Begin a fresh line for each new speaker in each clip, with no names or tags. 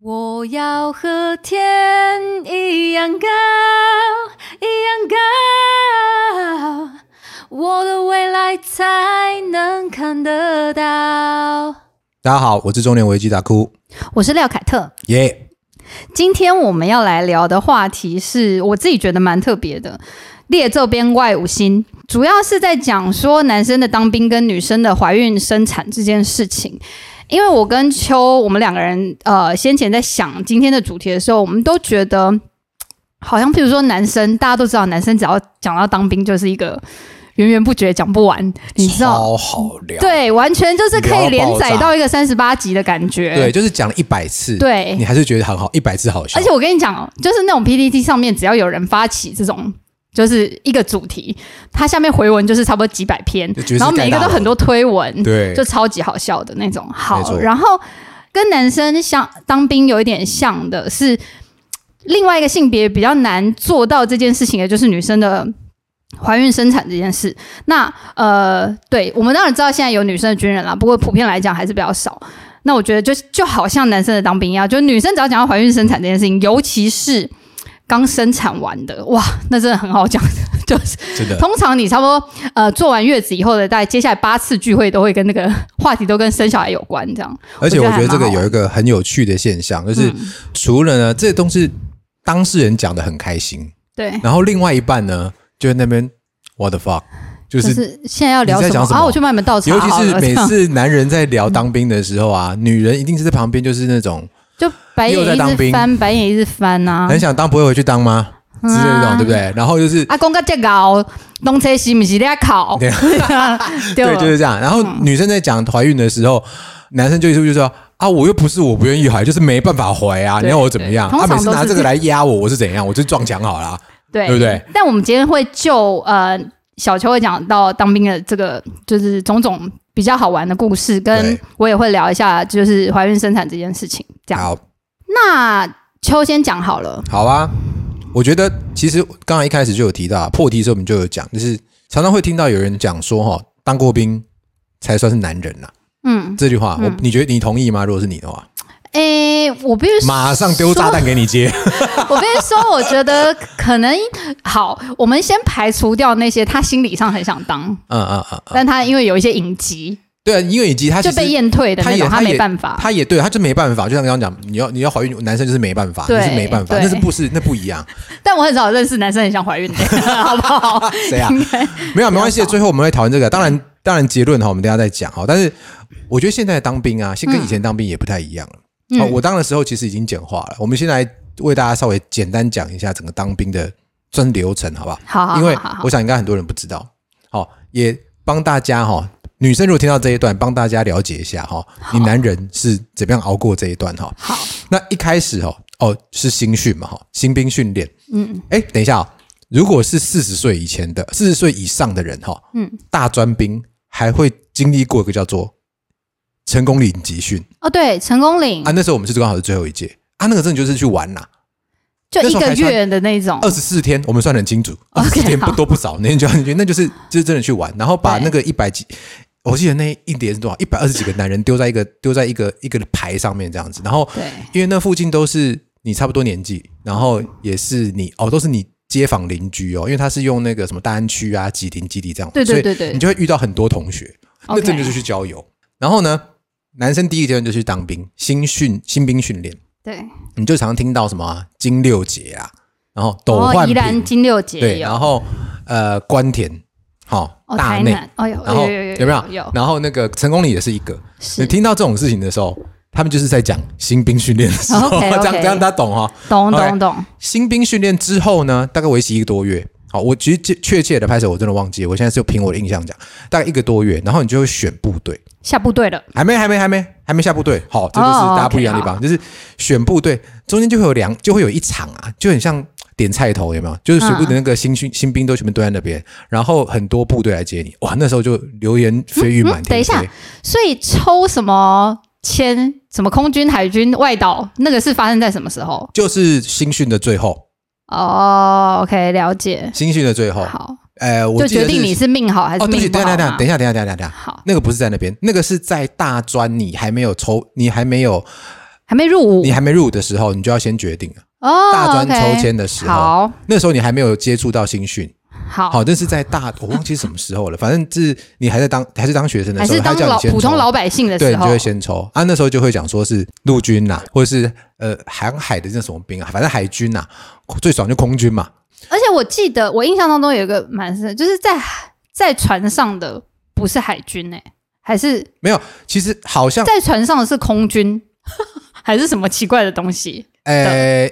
我要和天一样高，一样高，我的未来才能看得到。
大家好，我是中年危机大哭，
我是廖凯特，
耶、
今天我们要来聊的话题是我自己觉得蛮特别的，列这边外五星，主要是在讲说男生的当兵跟女生的怀孕生产这件事情。因为我跟秋，我们两个人呃，先前在想今天的主题的时候，我们都觉得，好像譬如说男生，大家都知道，男生只要讲到当兵，就是一个源源不绝讲不完，你知道？
超好聊，
对，完全就是可
聊
以连
到爆炸
载到一个三十八集的感觉。
对，就是讲了一百次，，
对，
你还是觉得很好，一百次好笑，
而且我跟你讲哦，就是那种 PPT 上面，只要有人发起这种，就是一个主题，它下面回文就是差不多几百篇
就觉，得是
然后每一个
盖大
都
楼
很多推文，
对
就超级好笑的那种。
没
好，
错
然后跟男生像当兵有一点像的是，另外一个性别比较难做到这件事情的，就是女生的。怀孕生产这件事，那呃，对我们当然知道现在有女生的军人啦，不过普遍来讲还是比较少。那我觉得就就好像男生的当兵一样，就女生只要讲到怀孕生产这件事情，尤其是刚生产完的，哇，那真的很好讲。就是
真的
通常你差不多呃做完月子以后的，大概接下来八次聚会都会跟那个 话题都跟生小孩有关，这样。
而且
我
我
觉
觉得
得
这
还蛮好嗯
个
玩
有一个很有趣的现象，就是除了呢，这东西当事人讲的很开
嗯
心，
对，
然后另外一半呢，就在那边 what the fuck，就。
就是是现在要聊
你在
什么
讲什么
啊？我去帮你们倒茶
尤其
好
是
了，
每
这样
次男人在聊当兵的时候啊，女人一定是在旁边，就是那种
就白眼
又在
一
当
直
兵
翻，白眼一直翻啊呐、
很想当不会回去当吗之类的那
啊
种，对不对？然后就是
阿啊公个这搞弄车是不是 在考？啊
对
对
对，就是这样。然后女生在讲怀孕的时候，男生就一出就说啊，我又不是我不愿意怀，就是没办法怀啊，
对
你要我怎么样？
对
他、
通常
每次
都
拿
是
这
这
个来压我，我是怎样？我就撞墙好啦。
对
对不对？
但我们今天会就呃小秋会讲到当兵的这个，就是种种比较好玩的故事，跟
对
我也会聊一下就是怀孕生产这件事情。这样，
好，
那秋先讲好了，
好啊。我觉得其实刚才一开始就有提到，破题的时候我们就有讲，就是常常会听到有人讲说哈，当过兵才算是男人呐、
嗯，
这句话，
嗯
我你觉得你同意吗？如果是你的话，
诶，我必须
马上丢炸弹给你接。
我必须说，我觉得可能好，我们先排除掉那些他心理上很想当，
嗯嗯嗯嗯，
但他因为有一些隐疾
对啊，因为以及他其
就
实
被验退的
他
那
也
种，他
他也
没办法。
他也对，他就没办法，就像刚刚讲，你要你要怀孕，男生就是没办法，
对
那是没办法，
对
那是不是那不一 样？
但我很少认识男生很想怀孕的， 好不好？
谁啊？没有没关系，最后我们会讨论这个。当然当然结论哈，我们等一下再讲哈。但是我觉得现在的当兵啊，现跟以前当兵也不太一样了。
嗯
好、我当的时候其实已经简化了。我们先来为大家稍微简单讲一下整个当兵的真流程，好不好？
好好好，
因为
啊好好
我想应该很多人不知道，好、也帮大家哈、女生如果听到这一段，帮大家了解一下哈、你男人是怎么样熬过这一段哈、
好，
那一开始哦，哦是新训嘛，哈，新兵训练。
嗯，
哎，等一下哦，如果是四十岁以前的、四十岁以上的人哈，
嗯，
大专兵还会经历过一个叫做成功岭集训
哦，对，成功岭、
啊。那时候我们是刚好是最后一届啊，那个真的就是去玩啦、
就一
那时候
个
还
月的那种，
二十四天，我们算得很清楚，二
OK，
十四天不
好
多不少，那天就要进 去，那就是就是真的去玩，然后把
对
那个一百几，我记得那一连是多少，一百二十几个男人丢在一个 丢在一个一个牌上面这样子，然后
对
因为那附近都是你差不多年纪，然后也是你哦，都是你街坊邻居哦，因为他是用那个什么大安区啊、几林基地这样，
对对
所以
对对
你就会遇到很多同学，那
OK
真的就是去郊游。然后呢，男生第一阶段就去当兵，新训新兵训练，
对，
你就常听到什么啊金六杰啊，然后斗
哦，
焕
宜兰
平，
金六节
对，
也
然
有，
后呃关田，好、
哦，
大
台
内，
南，哦有
然后
有有
有没有？
有，
然后那个成功里也是一个，
是
你听到这种事情的时候，他们就是在讲新兵训练的时候，
OK，OK
这样这样大家懂哈、
懂
OK
懂懂，
新兵训练之后呢，大概为期一个多月。好，我其实确确切的拍手我真的忘记，我现在是凭我的印象讲，大概一个多月，然后你就会选部队，
下部队了，
还没，还没，还没，还没下部队。好，这就是
哦
大家不一样的地方就是选部队中间就会有两，就会有一场啊，就很像点菜头，有没有？就是全部
嗯
的那个新训、新兵都全部蹲在那边，然后很多部队来接你，哇，那时候就流言蜚语满天、飞。
嗯等一下所以抽什么签，什么空军、海军、外岛，那个是发生在什么时候？
就是新训的最后，
哦，OK，了解，
新训的最后，
好，
呃，我
就
记得
决定你是命好还
哦，对
是
不起，
命不
等一下等
好
一下
嘛
等一下等一下等一下等一下，
好，
那个不是在那边，那个是在大专，你还没有抽，你还没有
还没入伍
你还没入伍的时候，你就要先决定了。
哦，
大专
OK
抽签的时候
好
那时候你还没有接触到新训，
好
好，，这是在大我忘记什么时候了，反正是你还在当还是当学生的
还
时候，
是
他
当
叫你
老
先
普通
抽
老百姓的
对，
时
你
候
就，会先抽啊。那时候就会讲说是陆军呐、或者是呃航海的那什么兵啊，反正海军呐、最爽就空军嘛。
而且我记得我印象当中有一个蛮深的，就是在在船上的不是海军哎、还是
没有，其实好像
在船上的是空军，还是什么奇怪的东西？
呃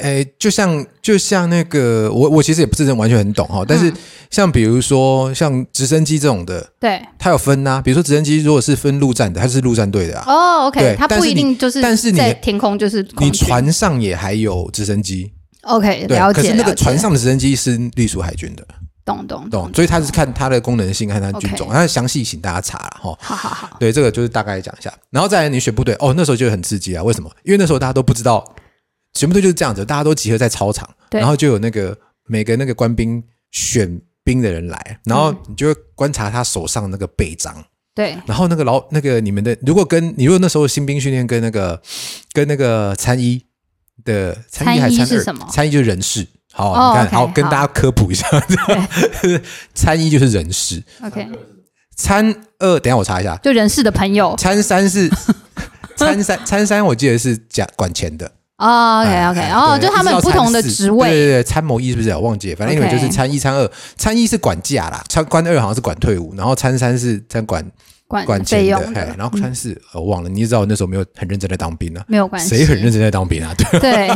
呃，就像就像那个我我其实也不是完全很懂
嗯
哈，但是像比如说像直升机这种的，
对，
它有分呐、比如说直升机如果是分陆战的，它就是陆战队的啊。
哦
对
，OK，它
但
不
是
一
你
定就是，
但是你
在天空就是空
你
军
船上也还有直升机，
OK，
对
了，解，
可是那个
了解
船上的直升机是隶属海军的，
懂懂
懂？，所以它是看它的功能性，看它的军
OK
种，它的详细请大家查了哈。
好好好，
对，这个就是大概讲一下。然后再来你选部队，哦，那时候就很刺激啊！为什么？因为那时候大家都不知道，选部队就是这样子，大家都集合在操场，
对
然后就有那个每个那个官兵选兵的人来，然
嗯
后你就会观察他手上那个背章，
对，
然后那个老那个你们的，如果跟你如果那时候新兵训练跟那个跟那个参一的参一还
参一
参
是
二
什么
参一就是人事。好，
哦
你看，
OK，
好，跟
好
大家科普一下， 参一就是人事，
OK，
参二，等一下我查一下，
就人事的朋友
参三 是参三，参三我记得是讲管钱的。
哦，OK
哎
OK，
哎
哦，
对
就他
一
们
直
不
到
同的
参四
职
对对
位，
对，参谋一是不是有忘记了？反正因为
OK
就是参一、参二，参一是管价啦，参官二好像是管退伍，然后参三是参管
管
管钱
费
的
用，
哎
的，
然后参四呃我忘了，你也知道我那时候没有很认真的当兵啊，
没有关系，
谁很认真在当兵啊？对，
对，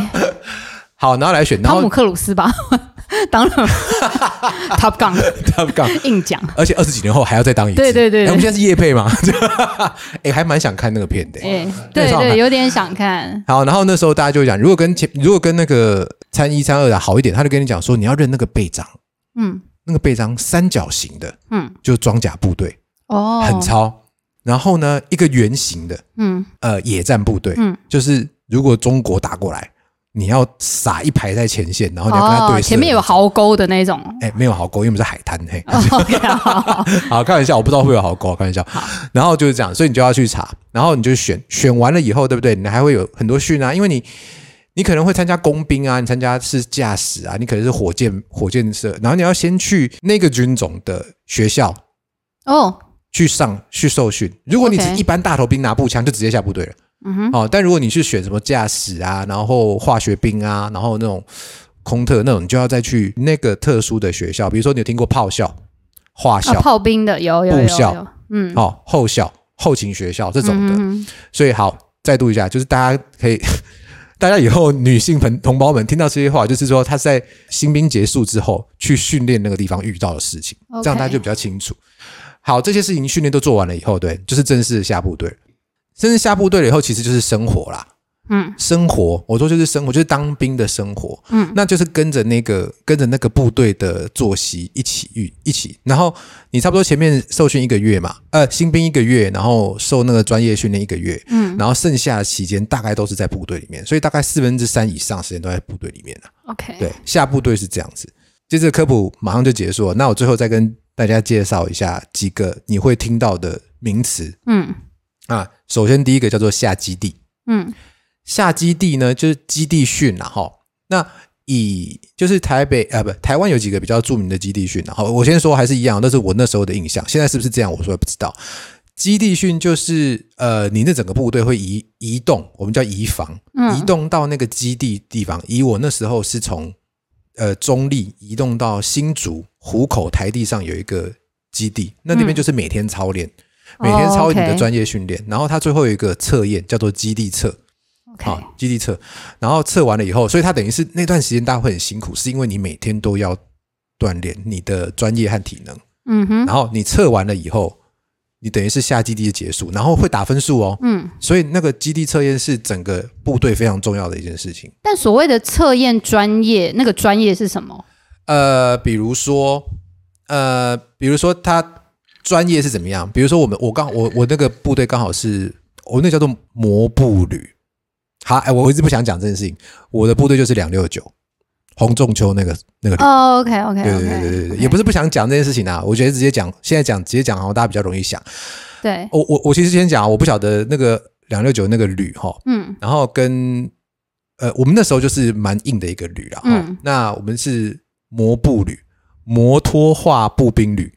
好，然后来选，然
汤姆
后
克鲁斯吧， 当然，Top Gun
他杠，
硬讲，
而且二十几年后还要再当一次，
对对对对
哎我们现在是夜配吗？ 哎，还蛮想看那个片的。
哎，
那
对
时候还
对，有点想看，
好，然后那时候大家就讲，如果跟前，如果跟那个参一参二的好一点，他就跟你讲说，你要认那个背章，
嗯
那个背章三角形的，
嗯，
就是装甲部队，
哦，
很超。然后呢，一个圆形的，
嗯，
呃，野战部队，
嗯
就是如果中国打过来，你要撒一排在前线，然后你要跟他对
哦，
射。
前面有壕沟的 那种
哎，没有壕沟，因为我们是海滩， 嘿，
哦，OK，好好好
好，开玩笑，我不知道会有好高，开玩笑。然后就是这样，所以你就要去查，然后你就选，选完了以后，对不对？你还会有很多训啊，因为你你可能会参加工兵啊，你参加是驾驶啊，你可能是火箭火箭社，然后你要先去那个军种的学校
哦，
去上去受训。如果你只
OK
一般大头兵拿步枪，就直接下部队了。
嗯哼，
哦，但如果你是选什么驾驶啊，然后化学兵啊，然后那种空特那种，你就要再去那个特殊的学校，比如说你有听过炮校、化校
啊，、炮兵的有有
步
有
校
有，嗯，
哦，后校、后勤学校这种的。
嗯
所以好，再度一下，就是大家可以， 大家以后女性朋同胞们听到这些话，就是说她是在新兵结束之后去训练那个地方遇到的事情
OK
这样大家就比较清楚。好，这些事情训练都做完了以后，对，就是正式下部队。正式下部队了以后，其实就是生活啦，
嗯
生活，我说就是生活，就是当兵的生活，
嗯，
那就是跟着那个跟着那个部队的作息一起遇一起，然后你差不多前面受训一个月嘛，呃，新兵一个月，然后受那个专业训练一个月，
嗯
然后剩下的期间大概都是在部队里面，所以大概四分之三以上时间都在部队里面啊。
，OK，
对，下部队是这样子。接着科普马上就结束了，那我最后再跟大家介绍一下几个你会听到的名词
嗯
啊。首先第一个叫做下基地，
嗯
下基地呢，就是基地训啦，哈。那以就是台北啊，不，台湾有几个比较著名的基地训啦，然后我先说还是一样，那是我那时候的印象，现在是不是这样，我说也不知道。基地训就是呃，你那整个部队会移移动，我们叫移防，
嗯
移动到那个基地地方。以我那时候是从呃中立移动到新竹湖口台地上有一个基地，那那边
嗯哦
就是每天操练，每天操练你的
OK
专业训练，然后它最后有一个测验叫做基地测，
，OK，
好，啊基地测，然后测完了以后，所以他等于是那段时间大家会很辛苦，是因为你每天都要锻炼你的专业和体能。
嗯哼，
然后你测完了以后，你等于是下基地的结束，然后会打分数哦。
嗯，
所以那个基地测验是整个部队非常重要的一件事情。
但所谓的测验专业，那个专业是什么？
呃，比如说，呃，比如说他专业是怎么样？比如说我们，我刚我我那个部队刚好是我那叫做摩步旅。好，哎，我一直不想讲这件事情。我的部队就是两六九，洪仲秋那个那个旅。
哦，OK OK，
对对对对对对，也不
是
是不想讲这件事情啊。我觉得直接讲，现在讲直接讲，好像大家比较容易想。
对，
我我我其实先讲啊，我不晓得那个两六九那个铝哈，
嗯
然后跟呃，我们那时候就是蛮硬的一个旅了哈。
嗯
那我们是摩步旅，摩托化步兵旅。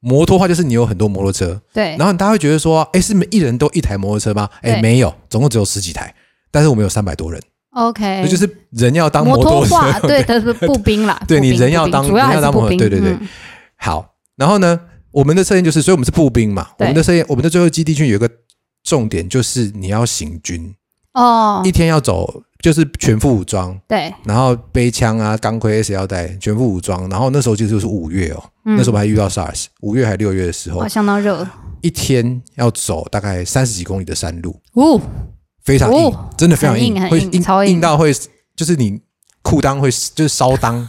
摩托化就是你有很多摩托车，
对，
然后大家会觉得说，哎，是每一人都一台摩托车吗？哎，
对
没有，总共只有十几台，但是我们有三百多人，
OK，
那就是人要当摩
摩
托车，
化，对，他是步兵啦，
对
步兵
你人要
步兵
当
主要还
人要
是
当摩托
步兵，
对对对
嗯
好，然后呢，我们的测验就是，所以我们是步兵嘛，我
对
们的测验，我们的最后基地训有一个重点就是你要行军，
哦
一，天要走就是全副武装，
对，
然后背枪啊、钢盔、S 腰带，全副武装。然后那时候其实就是五月哦，
嗯
那时候我们还遇到 SARS，五月还六月的时候
哇，，相当热，
一天要走大概三十几公里的山路，
哦，
非常硬，
哦
真的非常
很硬很
会
硬超硬
硬到会就是你裤裆会就是烧裆，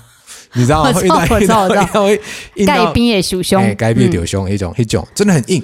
你知道吗？
我
会
知
硬
道
到
我知
硬
道
到
我知道
硬到会硬
盖
到
冰也熊
哎
凶，
该变
嗯
丢胸一种一种，真的很硬。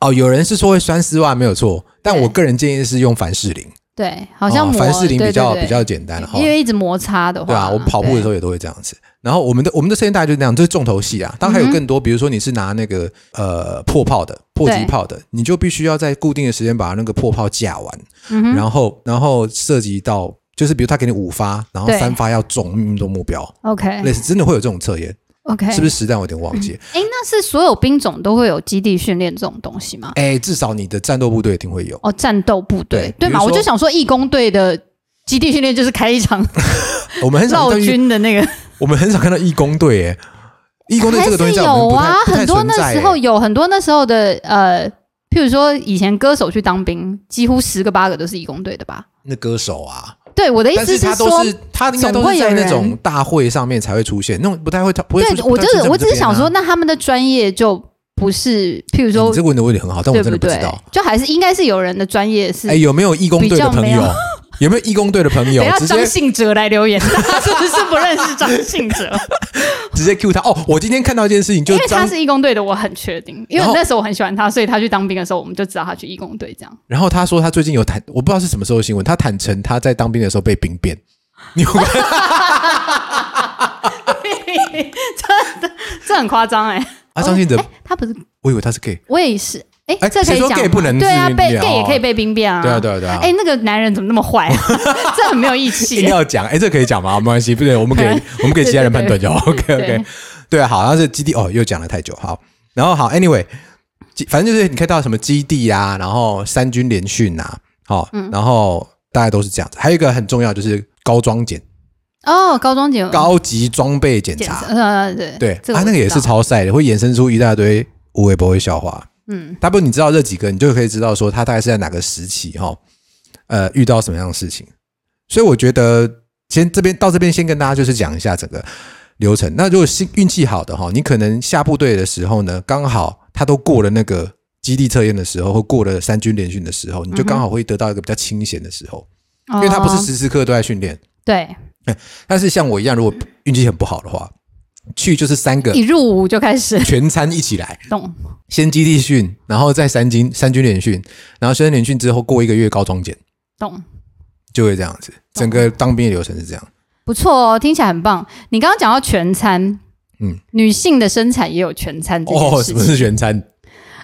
哦，有人是说会穿丝袜没有错，但
对
我个人建议是用凡士林，
对，好像
哦
磨
凡士林
对
比较
对对
比较简单哈。
因为一直摩擦的话，
对啊，我跑步的时
候
候也都会这样子。然后我们的我们的测验大概就是那样，这、是重头戏啊。当
嗯
然还有更多，比如说你是拿那个呃破炮的、迫击炮的，你就必须要在固定的时间把那个破炮架完，
嗯
然后然后涉及到就是比如他给你五发，然后
对哎
三发要中命中目标，类
OK
似真的会有这种测验，
OK，
是不是实弹？我有点忘记。
哎，那是所有兵种都会有基地训练这种东西吗？
哎、至少你的战斗部队一定会有。
哦，战斗部队
对
对嘛？
比如
我
说
就想说，义工队的基地训练就是开一场
我们很少
绕
看到，
军的那 个，
我们很少看到义工队，哎，义工队这个东西在我们
有
不太、
啊，
不太
很多
存在
那时
哎
候有很多那时候的呃，譬如说以前歌手去当兵，几乎十个八个都是义工队的吧？
那歌手啊，
对，我的意
但
思
是他
说
都，是他应该都是在那种大会上面才会出现，那种不太会，他不会出。
对我
不太
就
出现
是
在
我
们这
只是
边啊
想说，，那他们的专业就不是，譬如
欸
说
你这个问的问题很好，但我
对
真的不
对
知道。？
就还是应该是有人的专业是。
哎，有没有义工队的朋
比较
友
没有？
有没有义工队的朋友
等一下
直
张
接
信哲来留言， 他是不是不认识张信哲？
直接 Q 他？哦，我今天看到一件事情， 就
因为他
张，
是义工队的，我很确定，因为
然后
那时候我很喜欢他，所以他去当兵的时候，我们就知道他去义工队这样。
然后他说他最近有坦，我不知道是什么时候的新闻，他坦诚他在当兵的时候被兵变。你有没 有
这很夸张哎、
啊，张信哲
哎、， 他不是，
我以为他是 gay。
我也是，哎、
哎
这可
谁
以
说
讲吗
gay 不能
对啊，
是
被
变
gay 也
哦
可以被兵变啊，
对啊，对啊，对啊
哎、。那个男人怎么那么坏、 啊？这很没有义
硬
气、
要讲，哎、这可以讲吗？没关系，不对，我 们给我们给其他人判断就好 OK
对
OK。对啊，好，然后是基地哦，又讲了太久，好，然后好，Anyway，基反正就是你可以到什么基地啊，然后三军联训啊，好、
嗯
然后大概都是这样子。还有一个很重要就是高装检，
哦，高中检
高级装备检
检查，
查，
呃，对
对，
这
啊，
我
那个也
知
是
道
超晒的，会衍生出一大堆无微不会笑话。
嗯
大部分你知道这几个，你就可以知道说他大概是在哪个时期哈、齁呃，遇到什么样的事情。所以我觉得先这边到这边先跟大家就是讲一下整个流程。那如果幸运气好的哈、齁你可能下部队的时候呢，刚好他都过了那个基地测验的时候，或过了三军联训的时候，你就刚好会得到一个比较清闲的时候，因为他不是
哦
时时刻都在训练。
对
但是像我一样，如果运气很不好的话，去就是三个
一入伍就开始
全餐一起来。
动，
先基地训，然后再三军三军联训，然后三军联训之后过一个月高中检，
懂，
就会这样子。整个当兵的流程是这样。
不错哦，听起来很棒。你刚刚讲到全餐，
嗯，
女性的生产也有全餐这件
哦，什
事情
么。是全餐？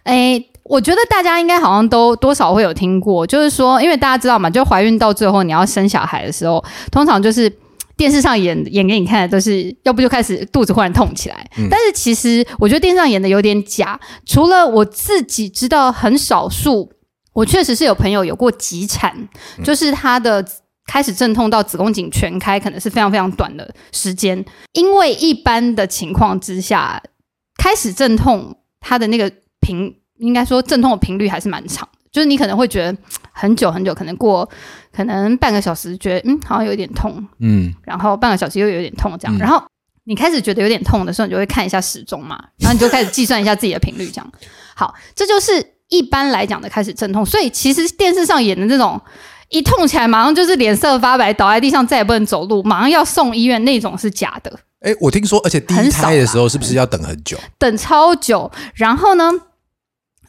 哎、我觉得大家应该好像都多少会有听过，就是说，因为大家知道嘛，就怀孕到最后你要生小孩的时候，通常就是嘖电视上演演给你看的都是，要不就开始肚子忽然痛起来。但是其实我觉得电视上演的有点假，除了我自己知道很少数，我确实是有朋友有过急产，就是他的。开始阵痛到子宫颈全开，可能是非常非常短的时间，因为一般的情况之下，开始阵痛，它的那个频，应该说阵痛的频率还是蛮长的，就是你可能会觉得很久很久，可能过可能半个小时，觉得嗯好像有点痛，
嗯，
然后半个小时又有点痛这样，
嗯
然后你开始觉得有点痛的时候，你就会看一下时钟嘛，然后你就开始计算一下自己的频率这样。好，这就是一般来讲的开始阵痛，所以其实电视上演的这种。一痛起来，马上就是脸色发白，倒在地上，再也不能走路，马上要送医院那种是假的。
哎，我听说，而且第一
很少啦
胎的时候是不是要等很久？
等超久，然后呢，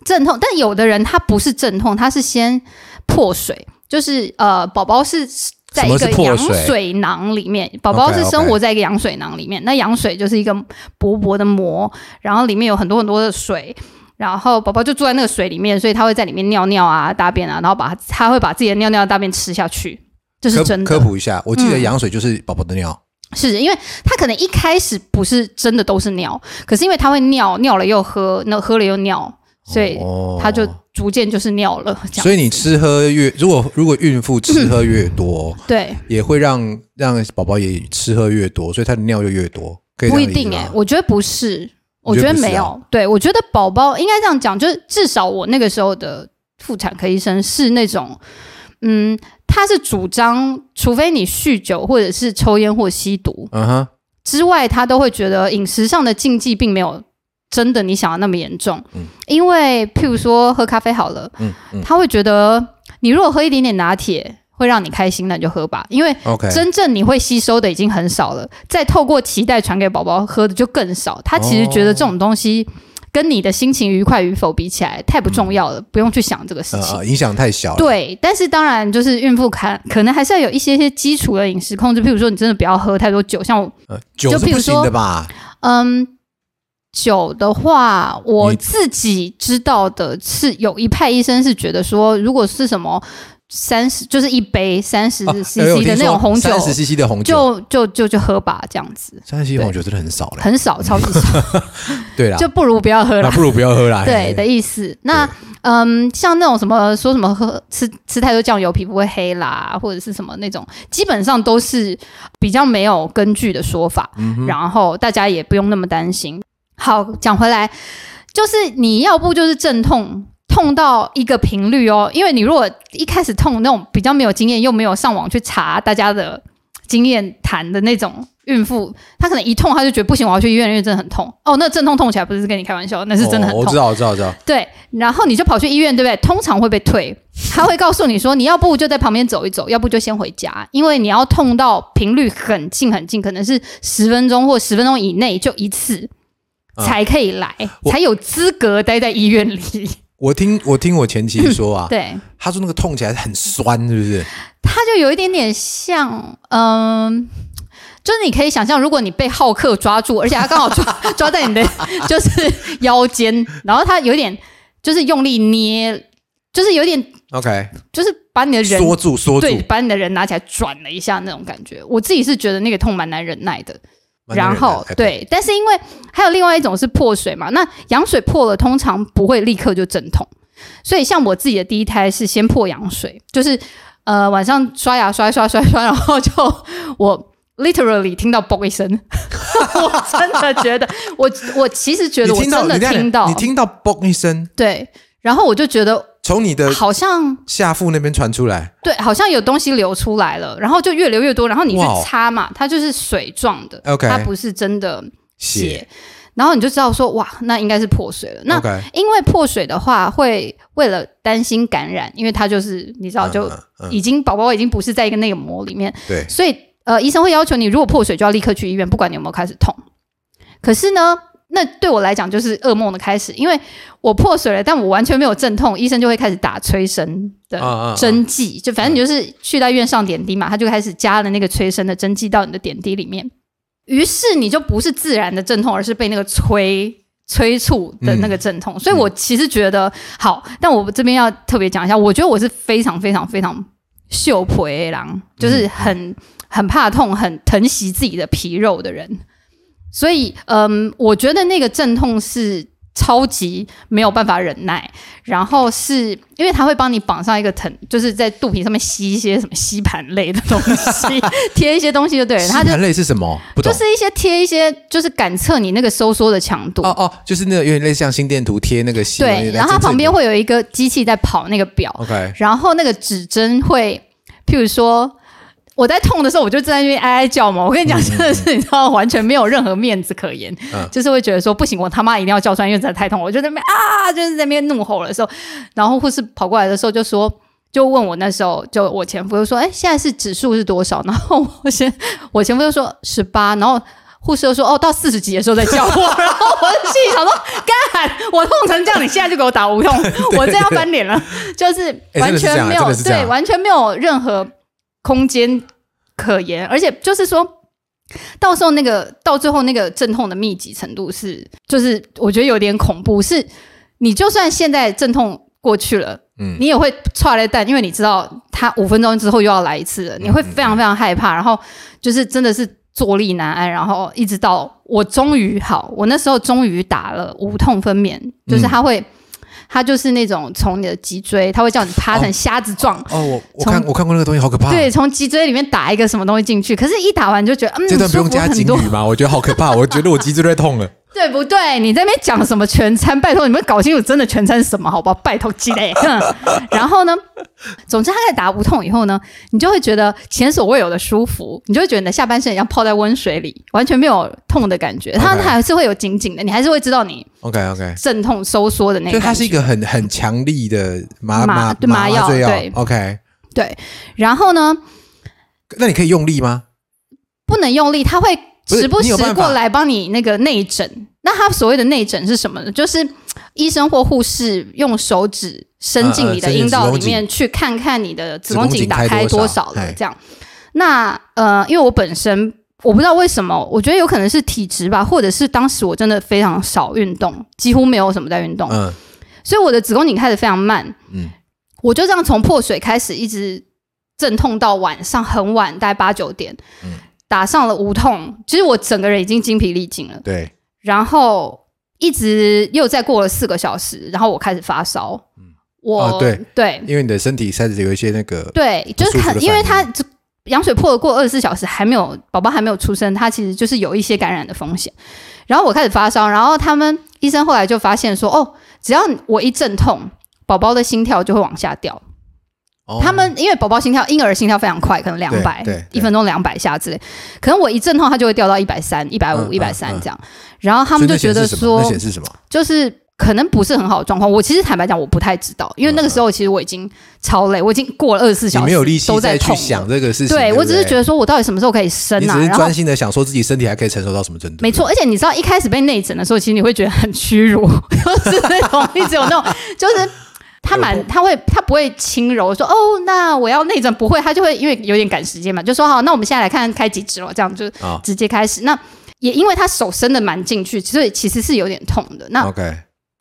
阵痛，但有的人他不是阵痛，他是先破水，就是呃，宝宝是在一
什
个
么是破
羊
水
水囊里面，宝宝是
OK，OK
生活在一个羊水囊里面，那羊水就是一个薄薄的膜，然后里面有很多很多的水。然后宝宝就住在那个水里面，所以他会在里面尿尿啊、大便啊，然后把他会把自己的尿尿、大便吃下去，这啊是
科
真
科
的。嗯
普一下，我记得羊水就是宝宝的尿，
是因为他可能一开始不是真的都是尿，可是因为他会尿，尿了又喝，那喝了又尿，所以
哦
他就逐渐就是尿了。这样
所以你吃喝越如果如果孕妇吃喝越 多，
对，
也会让让宝宝也吃喝越多，所以他的尿就越多。可以这
不
样
一
理解
定哎、
吗
我觉得不是，我
你
觉
觉得不
得
是啊
没有。对，我觉得宝宝应该这样讲，就是至少我那个时候的妇产科医生是那种，嗯，他是主张，除非你酗酒或者是抽烟或吸毒
嗯哼，
之外，他都会觉得饮食上的禁忌并没有。真的你想的那么严重，
嗯
因为譬如说喝咖啡好了，
嗯嗯
他会觉得你如果喝一点点拿铁会让你开心，那你就喝吧，因为
，OK，
真正你会吸收的已经很少了，再透过脐带传给宝宝喝的就更少。他其实觉得
哦
这种东西跟你的心情愉快与否比起来太不
嗯
重要了，不用去想这个事情。
呃，影响太小了。，
对，但是当然就是孕妇看可能还是要有一些些基础的饮食控制，譬如说你真的不要喝太多酒，像我
呃、酒
就是譬如
不行
说
的吧？
嗯。酒的话，我
你
自己知道的是，有一派医生是觉得说，如果是什么三十，就是一杯三十
啊
CC 的那种红酒，
三十 CC 的红酒，
就就就就喝吧，这样子
三十 CC 红酒真的很少嘞。
很少，超级少，
对啊啦，
就不如不要喝
那
了。
不如不要喝啦。
对
嘿
的，意思。那嗯，像那种什么说什么喝吃吃太多酱油皮肤会黑啦，或者是什么那种，基本上都是比较没有根据的说法。
嗯
然后大家也不用那么担心。好，讲回来，就是你要不就是阵痛。痛到一个频率哦，因为你如果一开始痛那种比较没有经验，又没有上网去查大家的经验谈的那种孕妇，她可能一痛她就觉得不行，我要去医院，因为真的很痛。哦，那阵痛痛起来不是跟你开玩笑，那是真的很
哦我
痛。
知道，我知道，我知道。
对，然后你就跑去医院，对不对？通常会被 退，他会告诉你说，你要不就在旁边走一走，要不就先回家，因为你要痛到频率很近很近，可能是十分钟或十分钟以内就一次，
啊
才可以来，
我
才有资格待在医院里。
我听我听我前妻说 啊，
对，
她说那个痛起来很酸，是不是？
它就有一点点像，嗯。就是你可以想象，如果你被浩克抓住，而且他刚好抓 抓在你的就是腰间，然后他有点就是用力捏，就是有点
OK，
就是把你的人
缩住缩住，
对，把你的人拿起来转了一下那种感觉。我自己是觉得那个痛蛮难忍耐的。
蛮
然后
忍的，哎
对，但是因为还有另外一种是破水嘛，那羊水破了通常不会立刻就阵痛，所以像我自己的第一胎是先破羊水，就是呃晚上刷牙刷一刷刷一刷，然后就我。literally 听到嘣一声， 我真的觉得，我我其实觉
你
得我
听到
真的
你
听到，
你听到嘣一声，
对，然后我就觉得
从你的
好像
下腹那边传出来，
对，好像有东西流出来了，然后就越流越多，然后你去
哇哦
擦嘛，它就是水状的
OK
它不是真的
血
血，然后你就知道说哇，那应该是破水了。那
OK，
因为破水的话，会为了担心感染，因为它就是你知道，就
嗯嗯嗯
已经宝宝已经不是在一个内膜里面，
对，
所以呃，医生会要求你如果破水就要立刻去医院，不管你有没有开始痛。可是呢，那对我来讲就是噩梦的开始，因为我破水了，但我完全没有阵痛，医生就会开始打催生的
啊嗯
针剂，就反正你就是去到医院上点滴嘛，他就开始加了那个催生的针剂到你的点滴里面，于是你就不是自然的阵痛，而是被那个催。催促的那个阵
嗯
痛，所以我其实觉得好，但我这边要特别讲一下，我觉得我是非常非常非常秀婆的狼，就是很很怕痛、很疼惜自己的皮肉的人，所以嗯，我觉得那个阵痛是超级没有办法忍耐，然后是因为他会帮你绑上一个藤，就是在肚皮上面吸一些什么吸盘类的东 西，贴一些东西就对了。
吸
它就
盘类是什么？不
就
懂。
是一些贴一些，就是感测你那个收缩的强度。
哦哦，就是那个有点类似像心电图贴那个血，
对，然后它旁边会有一个机器在跑那个表，
OK
然后那个指针会，譬如说。我在痛的时候，我就在那边哀哀叫嘛。我跟你讲，真的是你知道，完全没有任何面子可言，
嗯
就是会觉得说不行，我他妈一定要叫出来，因为真的太痛。我就在那边啊，就是在那边怒吼的时候，然后护士跑过来的时候就说，就问我那时候就我前夫就说，哎，现在是指数是多少？然后我先我前夫就说十八，然后护士就说哦，到四十几的时候 再叫我。然后我就心里想说，干，我痛成这样，你现在就给我打 无痛，我真要翻脸了，就是
哎
完
真的是这
全
样
没有、
真的是这样
对，完全没有任何空间可言，而且就是说。到时候那个到最后那个阵痛的密集程度是，就是我觉得有点恐怖，是你就算现在阵痛过去了，
嗯
你也会踹了蛋，因为你知道他五分钟之后又要来一次了，
嗯
你会非常非常害怕，然后就是真的是坐立难安，然后一直到我终于好，我那时候终于打了无痛分娩，
嗯
就是他会。他就是那种从你的脊椎，他会叫你趴成瞎子状，
哦，我我
从
看我看过那个东西，好可怕。
对，，从脊椎里面打一个什么东西进去，可是，一打完就觉得，嗯，
这段不
舒
用
服
加
很
警
多，
语吗？我觉得好可怕，我觉得我脊椎都在痛了。
对不对？你在那边讲什么全餐？拜托你们搞清楚真的全餐是什么，好不好？拜托鸡嘞。哼然后呢，总之他在打无痛以后呢，你就会觉得前所未有的舒服，你就会觉得你的下半身要泡在温水里，完全没有痛的感觉。它
OK
还是会有紧紧的，你还是会知道你
OK OK，
阵痛收缩的那
就
个
它
感
是一
觉。
个很很强力的麻
麻
麻
对麻药
醉药
对。
OK，
对，然后呢，
那你可以用力吗？
不能用力，它会
不是
时不
你
时
有办法
过来帮你那个内诊。那它所谓的内诊是什么呢？就是医生或护士用手指伸进你
嗯
的
嗯伸进
阴道
子宫
里
颈
面去看看你的子宫
子宫
颈
颈
打
开
开
多
多
少
少了
嘿，
这样。那呃，因为我本身我不知道为什么，我觉得有可能是体质吧，或者是当时我真的非常少运动，几乎没有什么在运动，
嗯
所以我的子宫颈开得非常慢。
嗯，
我就这样从破水开始，一直阵痛到晚上很晚，大概八九点，
嗯
打上了无痛。其实我整个人已经精疲力尽了，
对，
然后一直又再过了四个小时，然后我开始发烧。我、
啊对
对
因为你的身体开始有一些那个，
对
不舒
就
服
是
的
很，
反
因为
应
它就羊水破了过二十四小时还没有宝宝还没有出生，它其实就是有一些感染的风险。然后我开始发烧，然后他们医生后来就发现说，哦，只要我一阵痛，宝宝的心跳就会往下掉。
哦
他们因为宝宝心跳，婴儿心跳非常快，可能两百
对对，
一分钟两百下之类。可能我一阵痛，它就会掉到一百三、一百
嗯
五、一百
嗯
三这样。然后他们就觉得
所以那
说
显，示什么？
就是可能不是很好的状况。我其实坦白讲，我不太知道，因为那个时候其实我已经超累，我已经过了二十四
那显示什么
小
你
时，
没有力气
都在
再去
痛。
想这个事情。
对
对，
我只是觉
得，
得说我到底什么时候可以生
你只
啊？
是
然后
专心的想说自己身体还可以承受到什么程度。
没错，而且你知道一开始被内诊的时候，其实你会觉得很屈辱， 就是那种一直有那种，就是他蛮他会他不会轻柔说哦，那我要内诊不会，他就会因为有点赶时间嘛，就说好，那我们现在来看开几指咯，这样就
啊
直接开始。那也因为他手伸的蛮进去，所以其实是有点痛的。那
OK，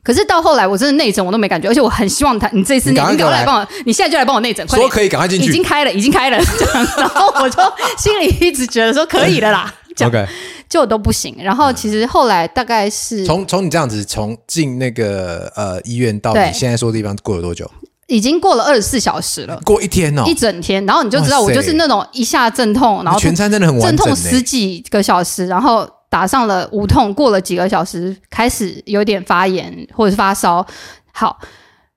可是到后来我真的内诊我都没感觉，而且我很希望他你这次
你
内
赶快
你赶快
来
来帮我，你现在就来帮我内诊，快
说
点。
可以赶快进
已经
去。
开了，已经开了， 这样，然后我就心里一直觉得说可以了啦，这样
OK，
就都不行。然后其实后来大概是
哎从从你这样子从进那个呃医院到
对
你现在说的地方过了多久？
已经过了二十四小时了，
过一天哦
一，整天，然后你就知道
哇
我
塞
就是那种一下阵痛，然后
你全餐真的很完
阵
整
痛十
呢。
几个小时，然后打上了无痛，过了几个小时开始有点发炎或者是发烧，好，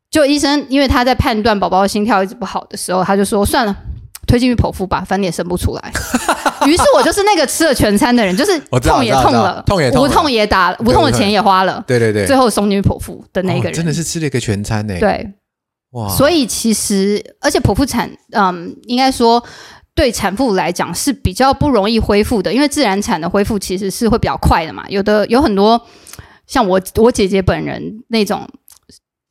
就医生因为他在判断宝宝的心跳一直不好的时候，他就说算了。推进去剖腹吧，反正也生不出 来。于是我就是那个吃了全餐的人，就是
我知道
痛也
我知道我
痛
知道
了，
痛也痛
无
了
痛也打了，
对
无痛
无
的
痛
钱也花了，
对对对，
最后送进去剖腹的那一个
哦
人，
真的是哦吃了一个全餐呢。
对，
哇，
所以其实而且剖腹产，嗯，应该说对产妇来讲是比较不容易恢复的，因为自然产的恢复其实是会比较快的嘛。有的有很多像我我姐姐本人那种。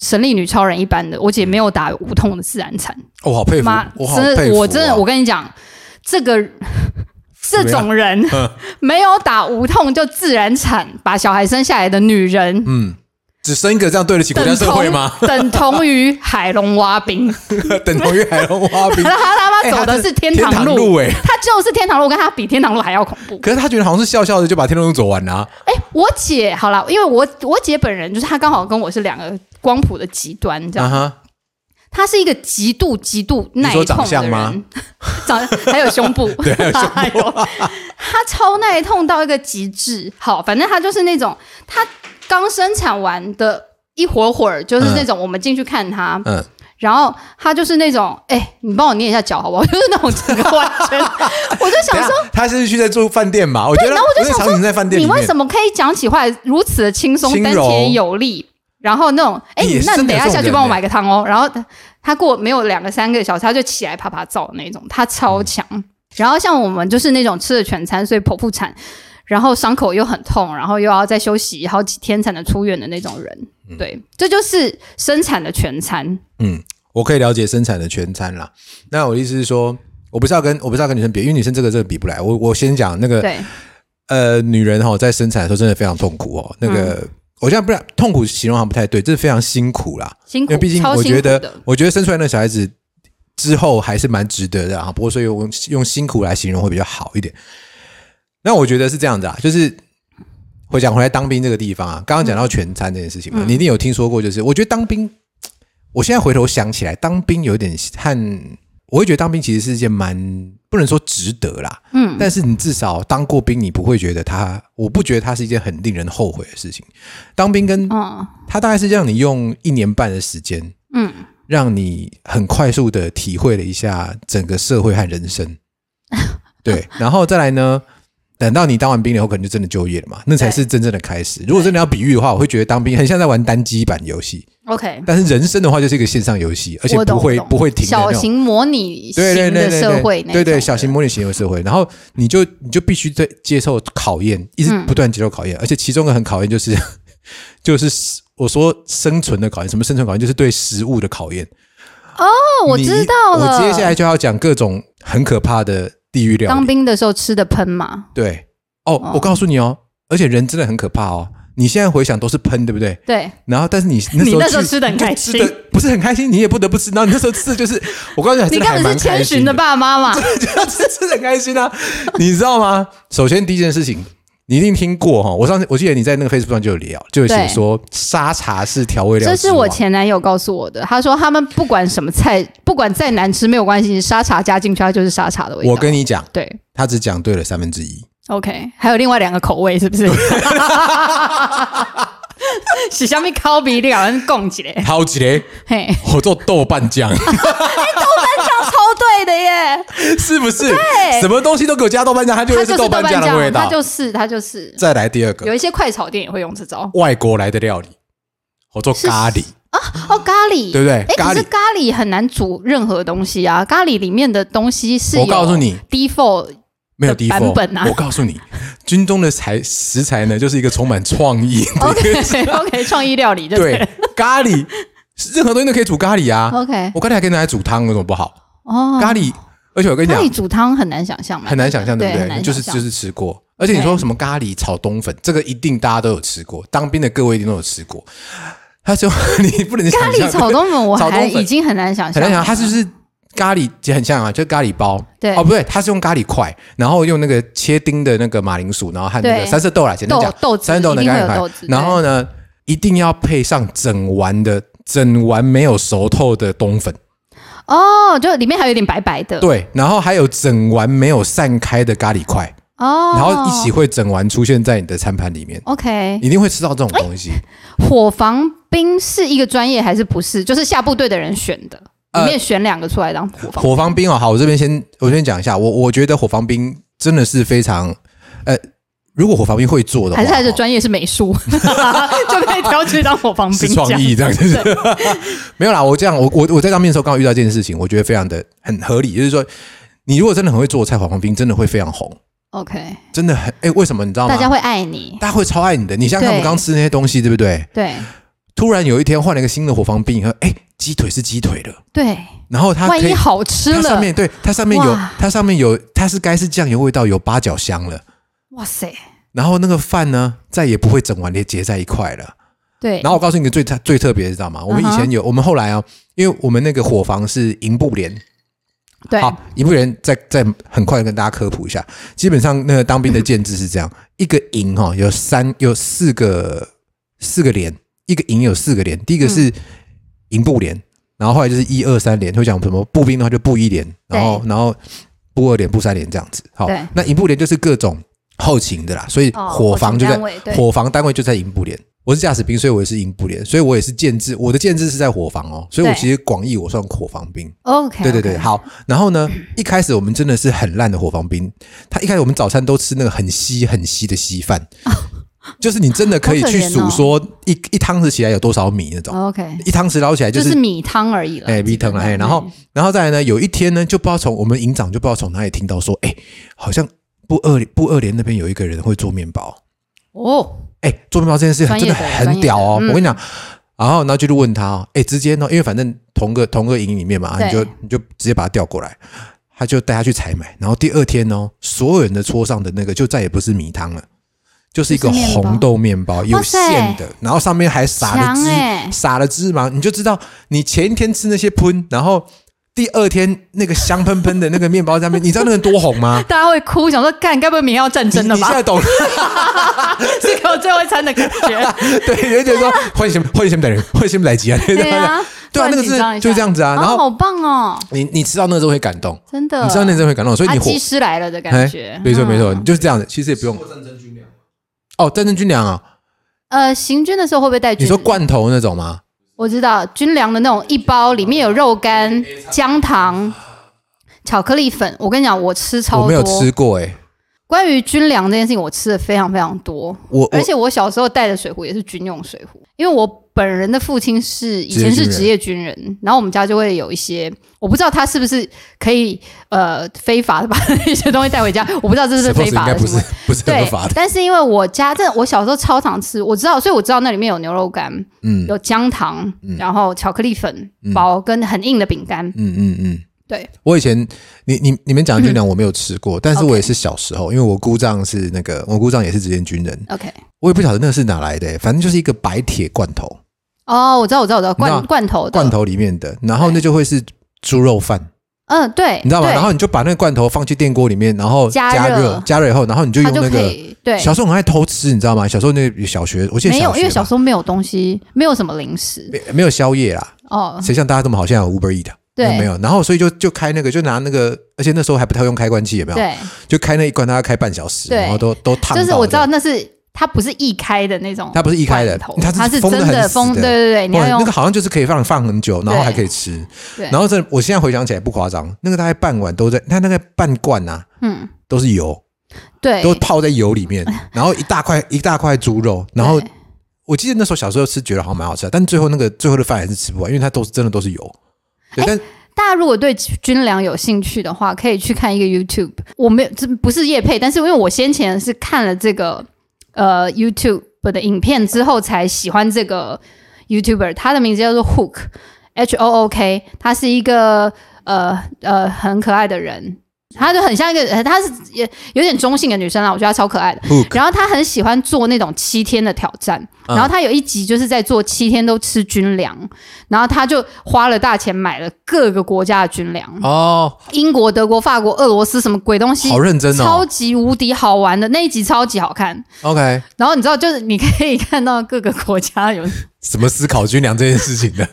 神力女超人一般的，我姐没有打无痛的自然产，
哎我好佩服
妈，，
我好
真
佩
的，
服啊。
我真的，我跟你讲，这个这
怎么样
种人
嗯
没有打无痛就自然产把小孩生下来的女人，
嗯，只生一个这样对得起国家
等
社会吗？
同等同于海龙挖冰，
等同于海龙花冰
然后 他他
哎
妈走
他
的
是
是天
天
堂
堂
路，
哎。
他就是天堂路，跟他比天堂路还要恐怖。
可是他觉得好像是笑笑的就把天龙路走完了啊、
哎，我姐好了，因为我我姐本人就是她刚好跟我是两个光谱的极端，这样
啊。哈，
她是一个极度极度
你
耐
说
痛
长相
的
吗
人，长还有胸部， 对，还有她超耐痛到一个极致。好，反正她就是那种，她刚生产完的一会儿会儿，就是那种我们进去看她，
嗯，
然后他就是那种，哎、你帮我捏一下脚好不好？ 就是那种整个完全， 我就想
等一下
说，
他是去在住饭店嘛？我觉得，
然后我就想
场景在饭店里
你
面，
为什么可以讲起话来如此的轻松
轻、
丹
柔
田有力？然后那种，哎、
也是
那
真
你
的
等一下
有这种
下去
人
帮我
欸
买个汤哦。然后他他过没有两个三个小时，他就起来啪啪照那种，他超强。
嗯
然后像我们就是那种吃了全餐，所以剖腹产，然后伤口又很痛，然后又要再休息好几天才能出院的那种人。对，这就是生产的全餐。
嗯，我可以了解生产的全餐啦。那我的意思是说，我不是要跟我不是要跟女生比，因为女生这个真的比不来。我我先讲那个
对，
呃，女人哈、在生产的时候真的非常痛苦哦。那个、我现在不然痛苦形容好像不太对，这是非常辛苦啦。
辛
因
苦，
为毕竟
超
我
辛
觉
苦
得
的，
我觉得生出来那小孩子之后还是蛮值得的啊。不过所以我用用辛苦来形容会比较好一点。那我觉得是这样子啊，就是回讲回来当兵这个地方啊，刚刚讲到全餐这件事情嘛，
嗯
你一定有听说过。就是我觉得当兵，我现在回头想起来，当兵有点和我会觉得当兵其实是一件蛮不能说值得啦，
嗯，
但是你至少当过兵，你不会觉得他，我不觉得它是一件很令人后悔的事情。当兵跟
嗯
它大概是让你用一年半的时间，
嗯，
让你很快速的体会了一下整个社会和人生。 对，然后再来呢，等到你当完兵了以后，可能就真的就业了嘛，那才是真正的开始。如果真的要比喻的话，我会觉得当兵很像在玩单机版游戏，
，OK，
但是人生的话就是一个线上游戏，而且
我
不
懂
会
我懂
不会停的
小
那种。
型模拟型
对对对
的
对
社会
对，
那
对对
种
小
的
型模拟型的社会，然后你就你就必须在接受考验，一直
嗯
不断接受考验，而且其中一个很考验就是 就是我说生存的考验，什么生存考验，就是对食物的考验。
哦，我
你
知道了。
我接下来就要讲各种很可怕的地狱料理。
当兵的时候吃的喷嘛，
对哦，我告诉你哦，而且人真的很可怕哦。你现在回想都是喷，对不对？
对，
然后，但 是你那时
你
候
那时候
去
吃得很开心
就 吃的不是很开心，你也不得不吃。然后你那时候吃的就是，我告诉你，
你
真的
根
还
本
蛮
是
开
千
心
寻
的
的爸妈嘛，
就是吃的很开心啊，你知道吗？首先第一件事情，你一定听过哈，我上次我记得你在那个 Facebook 上就有聊，就有写
对
说沙茶是调味料之
这
王，
是我前男友告诉我的。他说他们不管什么菜，不管再难吃没有关系，沙茶加进去它就是沙茶的味道。
我跟你讲，
对
他只讲对了三分之一。
，OK，还有另外两个口味是 不是？是虾米烤比两人供起来，
好几嘞，
嘿，
我做豆瓣 酱，
超对的耶！
是不是？什么东西都给我加豆瓣酱，它就
它
会
就是
豆瓣酱的味
它
道。
就是它就是。
再来第二
有
个，
一些快炒店也会用这招
外国来的料理，我做
是
咖喱，
哦，咖喱
对不对
哎，
咖
可
喱
是咖喱很难煮任何东西啊，咖喱里面的东西是
我告诉你
，default
没有低哦
版本啊
我告诉你，军中的材食材呢，就是一个充满创意的
OK OK 创意料理就
对
对，
咖喱，任何东西都可以煮咖喱啊。
OK
我咖喱还可以拿来煮汤，有什么不好？
哦，
咖喱，而且我跟你
咖
讲，
喱煮汤很难想象嘛，
很难想象，对
对
不
很
对？
难
就是
想
就
象
是吃过，而且你说什么咖喱炒冬粉，这个一定大家都有吃过，当兵的各位一定都有吃过。他说 你不能想
咖喱
象
炒冬粉，我
炒冬
还
粉
已经很难想
很
象了，
难想象，它就是咖喱也很像啊，就是咖喱包。
对
哦，不对，它是用咖喱块，然后用那个切丁的那个马铃薯，然后和那个
对
三色豆啦，简单讲，
豆豆子
三色豆的
一定
咖
会有
喱
豆
块
子，对
然后呢，一定要配上整碗的整碗没有熟透的冬粉，
哦，就里面还有点白白的，
对，然后还有整碗没有散开的咖喱块，
哦，
然后一起会整碗出现在你的餐盘里面。
OK
一定会吃到这种东
哎
西，
火防兵是一个专业还是不是？就是下部队的人选的，
呃
里面选两个出来当火防
火防兵哦。好，我这边先我先讲一下，我我觉得火防兵真的是非常，呃，如果火防兵会做的话，
还是还是
哦
专业是美术， 就被挑去当火防
是
兵
创意这样子， 没有啦。我这样，我我我在当面的时候刚好遇到这件事情，我觉得非常的很合理，就是说，你如果真的很会做菜，黄黄冰真的会非常红，
OK，
真的很哎、为什么你知道吗？
大家会爱你。
大家会超爱你的。你像看我们
对
刚吃那些东西，对不对？
对
突然有一天换了一个新的火防冰，以后，哎、鸡腿是鸡腿了，
对，
然后它
万
可
一
以。
好吃
它上
了，
面对它上面有
哇
它上面有它是该是酱油味道有八角香了，
哇塞！
然后那个饭呢再也不会整碗连结在一块了。
对，
然后我告诉你个最特最特别的，知道吗？我们以
嗯
前有，我们后来啊、因为我们那个伙房是营部连，
对
好，营部连再再很快地跟大家科普一下，基本上那个当兵的建制是这样：一个营哈、有三有四个四个连，一个营有四个连，第一个
嗯
是营部连，然后后来就是一二三连，会讲什么步兵的话就步一连，然后然后步二连、步三连这样子。好
对，
那营部连就是各种后勤的啦，所以
哦
伙房就
火
在
警单位对
火防单位就在营部连。我是驾驶兵，所以我也是营部连，所以我也是建制，我的建制是在火防哦，所以我
对
其实广义我算火防兵。
OK，
对对对，好。然后呢，一开始我们真的是很烂的火防兵，他一开始我们早餐都吃那个很稀很稀的稀饭，就是你真的可以
哦好可
去
怜
数
哦
说一一汤匙起来有多少米那种，
，OK，
一汤匙捞起来就
就是是米汤而已了，嗯
哎，逼
基本
疼了，
上
哎，然后，然后再来呢，有一天呢，就不知道从我们营长就不知道从哪里听到说，哎，好像部二部二连那边有一个人会做面包，
哦，
哎，做面包这件事情
专
真
业
的
的
很屌哦，
专业的嗯
我跟你讲。然后，然后就去问他哦，哎，直接呢，因为反正同个同个营里面嘛，
对
你就你就直接把他调过来，他就带他去采买。然后第二天哦，所有人的桌上的那个就再也不是米汤了，就是一个
就是面包
红豆面包，有馅的，然后上面还撒了
强
芝，
欸
撒了芝麻，你就知道你前一天吃那些喷，然后第二天那个香喷喷的那个面包上面，你知道那个多红吗？
大家会哭，想说干，该不会明天要战争
你
了
你现
吧
在？懂？
这个我最会餐的感觉。
对，啊有点说换什么换什么人，换什么来吉啊？对
对啊，
对啊，那
突然
个
紧张
是
一下
就是这样子啊。
啊，
然后
好棒哦，
你你吃到那个时候会感动，
真的。
你知道那个时候会感动，所以
啊
你火
技师来了的感觉
哎，没错
嗯
没错，就是这样的。其实也不用
过战争军粮吗，
哦，战争军粮啊，
呃，行军的时候会不会带
你
军？
说罐头那种吗？
我知道军粮的那种一包，里面有肉干、姜糖、巧克力粉。我跟你讲，我吃超多。
我没有吃过哎，
关于军粮这件事情，我吃的非常非常多。
我
而
我
且我小时候带的水壶也是军用水壶，因为我本人的父亲是以前是职业军人，然后我们家就会有一些，我不知道他是不是可以呃非法的把一些东西带回家，我不知道这是
s
不
u
是非
p 应
法
该
的
不
行
是
为。
不是合
对
法，的，
但是因为我家这我小时候超常吃，我知道，所以我知道那里面有牛肉干，
嗯
有姜糖，然后巧克力粉包跟很硬的饼干，
嗯嗯嗯。
对，
我以前，你你你们讲的军粮我没有吃过，
嗯
但是我也是小时候，因为我姑丈是那个，我姑丈也是职业军人，
OK。
我也不晓得那是哪来的、反正就是一个白铁罐头，
哦，我知道，我知道，我知
你
道，
知
罐
道
罐头的，
罐，头里面的，然后那就会是猪肉饭，
嗯，对，
你知道吗？
对
然后你就把那个罐头放去电锅里面，然后
加
加
热
加热以后，然后你就
它
用
就
那
可
个。
以，对，
小时候很爱偷吃，你知道吗？小时候那个小学，我记得
没
小
有，
学
因为小
吧
时候没有东西，没有什么零食
没没有宵夜啦，
哦。
谁像大家这么好？现在有 Uber Eat 啊
对，
没有，然后所以就就开那个，就拿那个，而且那时候还不太会用开关器，有没有？
对，
就开那一罐，大概开半小时，
对
然后都都烫到
就
的。
是我知道那是它不是易开的那种罐头，
它不是易开的它
它
是
是
封
真
得很
的
死
封，
的
对对对，你
哇
要用
那个好像就是可以放放很久，然后还可以吃。
对
然后这我现在回想起来不夸张，那个大概半碗都在，它那个半罐啊
嗯
都是油，
对，
都泡在油里 面，然后一大块一大块猪肉，然后
对
我记得那时候小时候吃觉得好像蛮好吃的，但最后那个最后的饭还是吃不完，因为它都是真的都是油。对，
哎
但
大家如果对军粮有兴趣的话，可以去看一个 YouTube。我没有，这不是叶配，但是因为我先前是看了这个呃 YouTube 的影片之后，才喜欢这个 YouTuber。他的名字叫做 Hook，H O O K，他是一个呃呃很可爱的人，他就很像一个，呃他是也有点中性的女生啦，我觉得她超可爱的。
Hook
然后他很喜欢做那种七天的挑战，
嗯
然后他有一集就是在做七天都吃军粮，然后他就花了大钱买了各个国家的军粮，
哦，
英国、德国、法国、俄罗斯什么鬼东西，
好认真
超
哦。
级无敌好玩的那一集超级好看。
OK，
然后你知道，就是你可以看到各个国家有，
怎么思考军粮这件事情呢？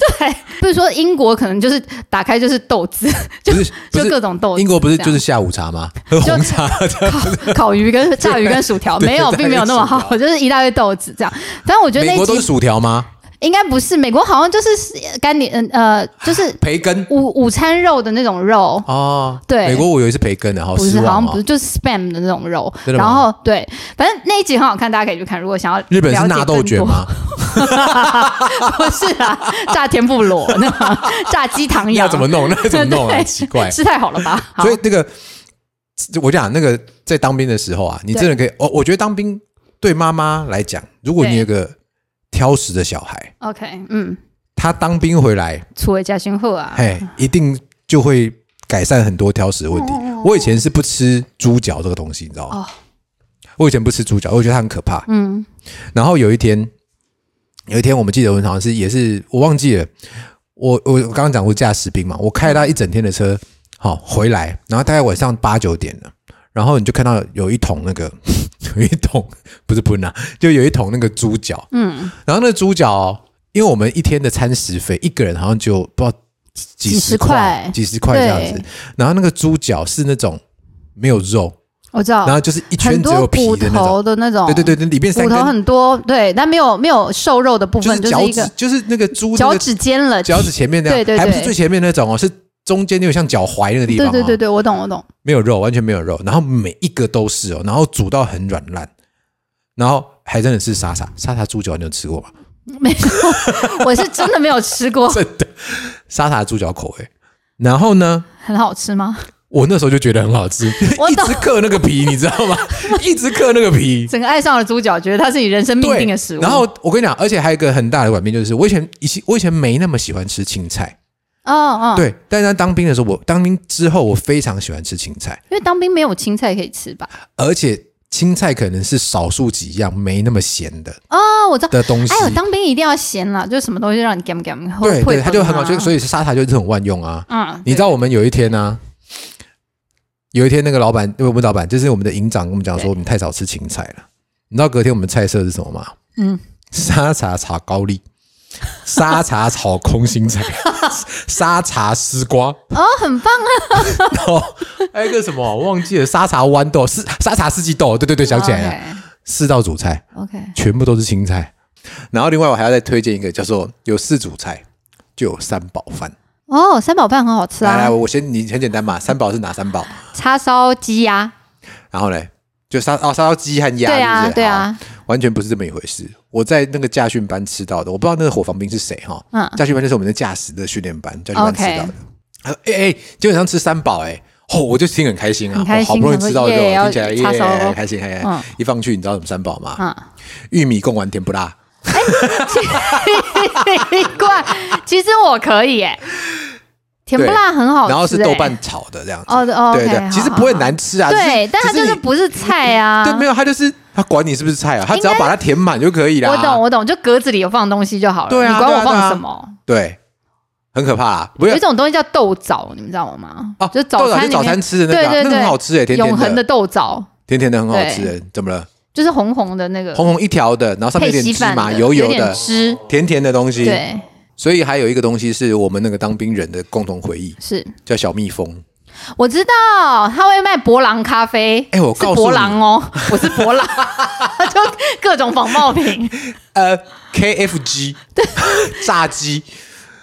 比如说英国可能就是打开就是豆子，
不是不
就是各种豆子。
英国不是
这
就
样
是下午茶吗？喝红茶这样。
烤鱼跟炸鱼跟薯 条，
对
没有，
对
并没有那么
炸鱼薯
好，就是一大堆豆子这样。反正我觉得那
美
一
国都是
集
薯条吗？
应该不是美国，好像就是呃干点嗯呃，就是
培根
午午餐肉的那种肉，
哦，
对
美国我以为是培根的，好
不
失
是，好
望
像不
哦
是，。就是 spam 的那种肉。
真的吗
然后对，反正那一集很好看，大家可以去看。如果想要
日本
了
是
解
纳豆
更
卷
多？
吗？
不 是啊，炸天 妇罗，那种炸鸡糖
那
羊，
怎么弄？那怎么弄啊？
对
奇 怪。
吃太好了吧？好
所以那个，我讲那个在当兵的时候啊，你真的可以，我我觉得当兵对妈妈来讲，如果你
对
有个挑食的小孩，
OK，嗯，
他当兵回来，
除了嘉兴后啊，
嘿，一定就会改善很多挑食的问
哦
题。我以前是不吃猪脚这个东西，你知道吗？我以前不吃猪脚，我觉得它很可怕。
嗯，
然后有一天，有一天我们记得我们好像是也是我忘记了，我我我刚刚讲过驾驶兵嘛，我开了他一整天的车，好、回来，然后大概晚上八九点了，然后你就看到有一桶那个 有一桶不是不拿，就有一桶那个猪脚，嗯，然后那个猪脚、哦，因为我们一天的餐食费，一个人好像就不知道几
几
十
十
块
块
几十块这样子
对，
然后那个猪脚是那种没有肉，
我知
然
道
后，就是一圈
哦很
只有
多
皮
骨
的那种。
头的那种，
对对对对，里面三
骨
根
头很多，对，但没有没有瘦肉的部
就是
分，就
脚
是一
趾
个，
就是那个猪那
脚
个
趾尖了，
脚趾前面那样，
对对对
还不是最前面那种哦，是中间有像脚踝那个地方、
对
哦，
对对对，我懂我懂，
没有肉，完全没有肉，然后每一个都是哦，然后煮到很软烂，然后还真的是沙沙沙茶猪脚，你有吃过吗？
没有， 我是 真的没有吃 过，
真的沙茶猪脚口味，然后呢？
很好吃吗？
我那时候就觉得很好吃，
我
一
懂
直嗑那个皮，你知道 吗？一直嗑那个皮，
整个爱上了猪脚，觉得它是你人生命
对
定的食物。
然后我跟你讲，而且还有一个很大的转变，就是我以前以前我以前没那么喜欢吃青菜，
哦哦，，
对，但是他当兵的时候，我当兵之后，我非常喜欢吃青菜，
因为当兵没有青菜可以吃吧？
而且青菜可能是少数几样没那么咸的
哦，我知道。
的东西。
哎呦，当兵一定要咸啦，就是什么东西让你 gam gam 会啊
对对，它就很好，就所
以
以沙茶就是很万用啊。
嗯，
你知道我们有一天呢、有一天那个老板，因为我们老板就是我们的营长，跟我们讲说我们太少吃芹菜了。你知道隔天我们菜色是什么吗？
嗯，
沙茶炒高丽，沙茶炒空心菜，沙茶丝瓜，
哦，很棒啊，
然后还有一个什么我忘记了，沙茶豌豆是沙茶四季豆，对对对，想起来了，四道主菜
OK，, o k
全部都是青菜。然后另外我还要再推荐一个叫做有四主菜，就有三宝饭。
哦，三宝饭很好吃
来来，
啊，
我先你很简单嘛，三宝是哪三宝？
叉烧鸡呀，
然后嘞，就沙哦沙烧鸡和鸭，
对啊
是不是
对啊，
好完全不是这么一回事。我在那个驾训班吃到的，我不知道那个伙房兵是谁哈。
嗯
驾训班就是我们的驾驶的训练班，驾训班
OK
吃到的。哎哎、欸基本上吃三宝哎、哦，我就听很开心啊，
很开心
哦好不容易吃到这种，听
想说耶
起来
要叉烧
耶很开心，嘿、嘿
嗯
一放去你知道什么三宝吗？
嗯，
玉米贡丸甜不辣，
奇哎怪，其实我可以哎，甜不辣很好吃，
然后是
哎
豆瓣炒的这样子。
哦哦
对
OK，
对，其实
好
不会
好
难吃啊，
对，但它
他
就是不是菜啊，
对，没有，他就是他管你是不是菜啊，他只要把它填满就可以啦。
我懂，我懂，就格子里有放东西就好了，
对啊
你管
对
我
啊对啊
放什么？
对，很可怕、啊，不
有
要
一种东西叫豆枣，你们知道吗？
哦，
就
豆
早
枣
餐
就
里
早餐
面
吃的那个啊、
对对
那个很
对
好吃诶、甜
永恒
甜
的豆枣，
甜甜的很好吃
对
诶、怎么了？
就是红红的那个，
红红一条的，然后上面
配
有点
稀
芝
饭
麻，
的，
油油
有点
的，
汁，
甜甜的东西。
对，
所以还有一个东西是我们那个当兵人的共同回忆，
是
叫小蜜蜂。
我知道他会卖博朗咖啡，
哎我
是
告诉
博
你
朗哦，我是博朗， 就各种仿冒品
呃，KFG，炸 鸡，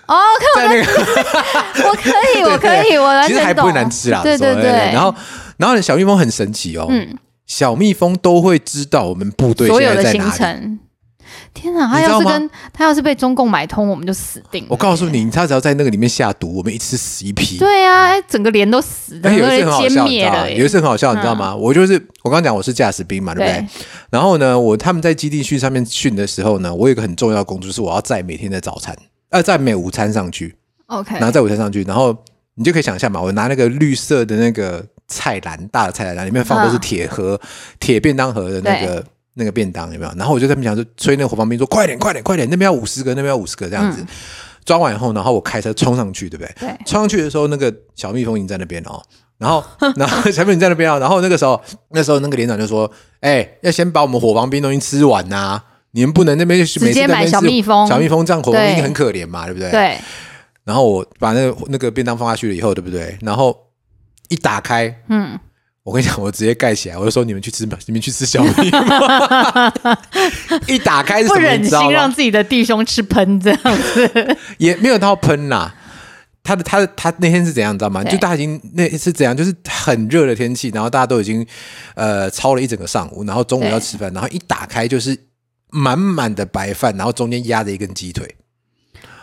哦，
在那个
看我可以，我可
对
以，我完
其实还
全
不会
懂，啊
难吃啦。
对对
说然后，然后小蜜蜂很神奇哦，
嗯
小蜜蜂都会知道我们部队
所有
现在
的
在
行
哪里。
程。天哪！他
你知道
要是
吗
跟他要是被中共买通，我们就死定了。
我告诉你，他只要在那个里面下毒，我们一次死一批。
对啊，哎整个脸都死，
哎，
整
有一次很
个
好
歼
笑，你知
灭
道吗？
了耶。嗯
有一次很好笑，你知道吗？我就是我刚刚讲我是驾驶兵嘛，对不对
对？
然后呢，我他们在基地训上面训的时候呢，我有一个很重要的工作，就是我要载每天的早餐，呃，载每午餐上去，
OK，
然后载午餐上去，然后你就可以想象嘛，我拿那个绿色的那个菜篮，大的菜篮里面放都是
嗯
铁盒、铁便当盒的那个那个便当，有没有？然后我就在那边讲，就催那个伙房兵说：“快点，快点，快点！那边要五十个，那边要五十个，这样子。装完以后，然后我开车冲上去，对不对？
嗯对
冲上去的时候，那个小蜜蜂已经在那边了哦。然后， 然后小蜜蜂已经在那边哦。然后那个时候，那时候那个连长就说：“哎、要先把我们伙房兵东西吃完呐、啊你们不能那边就是每次
直接
在那边
买小
吃
蜜蜂
小蜜蜂这样伙房兵
对
很可怜嘛，对不对？”
对，
然后我把那个那个便当放下去了以后，对不对？然后一打开，
嗯，
我跟你讲，我直接盖起来，我就说你们去吃吧， 你们去吃 小米吧。一打开是
不
什么，
忍
你知道
心让
吗？
自己的弟兄吃 喷这样子。
也没有到喷啦。他的他的他那天是怎样，你知道吗？
对
就大家已经那是怎样，就是很热的天气，然后大家都已经呃操了一整个上午，然后中午
对
要吃饭，然后一打开就是满满的白饭，然后中间压着一根鸡腿，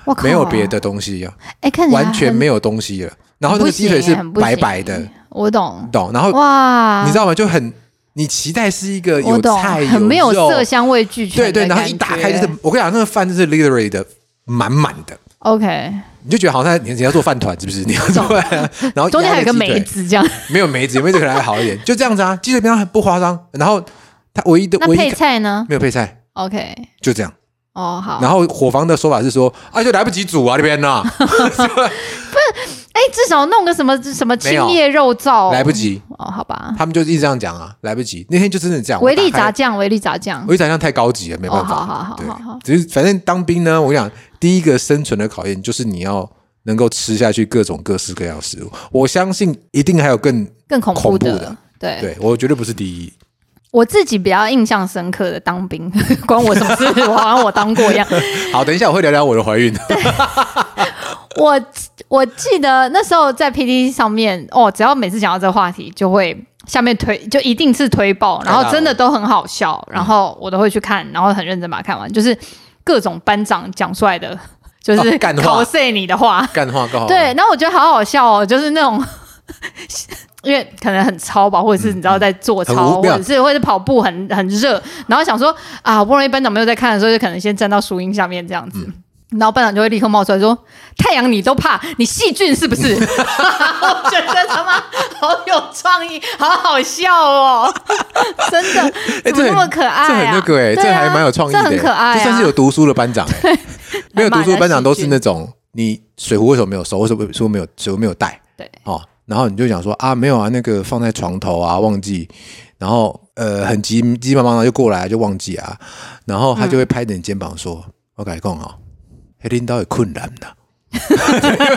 我靠，
没有别，的东西啊，
哎，看起来
完全没有东西了。然后那个鸡腿是白白的，，
我懂。
懂？ 然后
哇，
你知道吗？就很你期待是一个
我
有
懂，
菜
很没有
肉
色香味俱
对
全的
对，
感觉。
然后一打开就是我跟你讲，那个饭就是 literally 的满满的，
OK，
你就觉得好像你你要做饭团是不是？你要做饭团，然后
中间还有一个梅
梅，
子这样。
没有梅子，梅子可能还好一点，就这样子啊，鸡腿便当很不夸张，然后它唯一的
那
唯
配
一
菜呢
没有配菜。
？OK，
就这样，
哦好。
然后伙房的说法是说，啊，就来不及煮啊，那边呐、
哎，至少弄个什么什么
没有
青叶肉燥，
来不。及，
哦，好吧。
他们就一直这样讲啊，来不及。那天就真的这样，
维力炸
炸。
酱，维力炸酱
我。一想象太高级了，没办法。
哦好好好
对
好好
只是反正当兵呢，我想第一个生存的考验就是你要能够吃下去各种各式各样的食物。我相信一定还有更
更恐
恐
怖
怖
的。
的
对，
对我绝对不是第一。
我自己比较印象深刻的当兵，关我什么事？我好像我当过一样。
好，等一下我会聊聊我的怀孕。
我我记得那时候在 PPT 上面，哦，只要每次讲到这个话题，就会下面推，就一定是推爆，
太
然
大了
后真的都很好笑，然后我都会去看，然后很认真把它看完，就是各种班长讲出来的，就
哦
是
干话
考碎你的话。
干话干话。
对，，然后我觉得好好笑哦，就是那种。 因为可能很超吧，或者是你知道在做
嗯很
操，
无
或
聊
者是或者是跑步
嗯
很很热，然后想说啊，好不容易班长没有在看的时候，就可能先站到树荫下面这样子。然后班长就会立刻冒出来说：“太阳你都怕，你细菌是不是？” 我觉得他妈好有创意，好好笑哦， 真 的，
哎，
怎么
这
那么
很
可爱、啊
这很那个哎、
对啊
这还蛮有创意的、哎
这很可爱、啊，
这算是有读书的班长哎、 没有读书的班长都是那种你水壶为什么没有收，为什么为什么没有水壶没有带
对
哦，然后你就想说啊没有啊，那个放在床头啊忘记，然后呃很急急忙忙的就过来就忘记啊，然后他就会拍着你肩膀说：“我跟你讲哦，黑领导有困难 的。”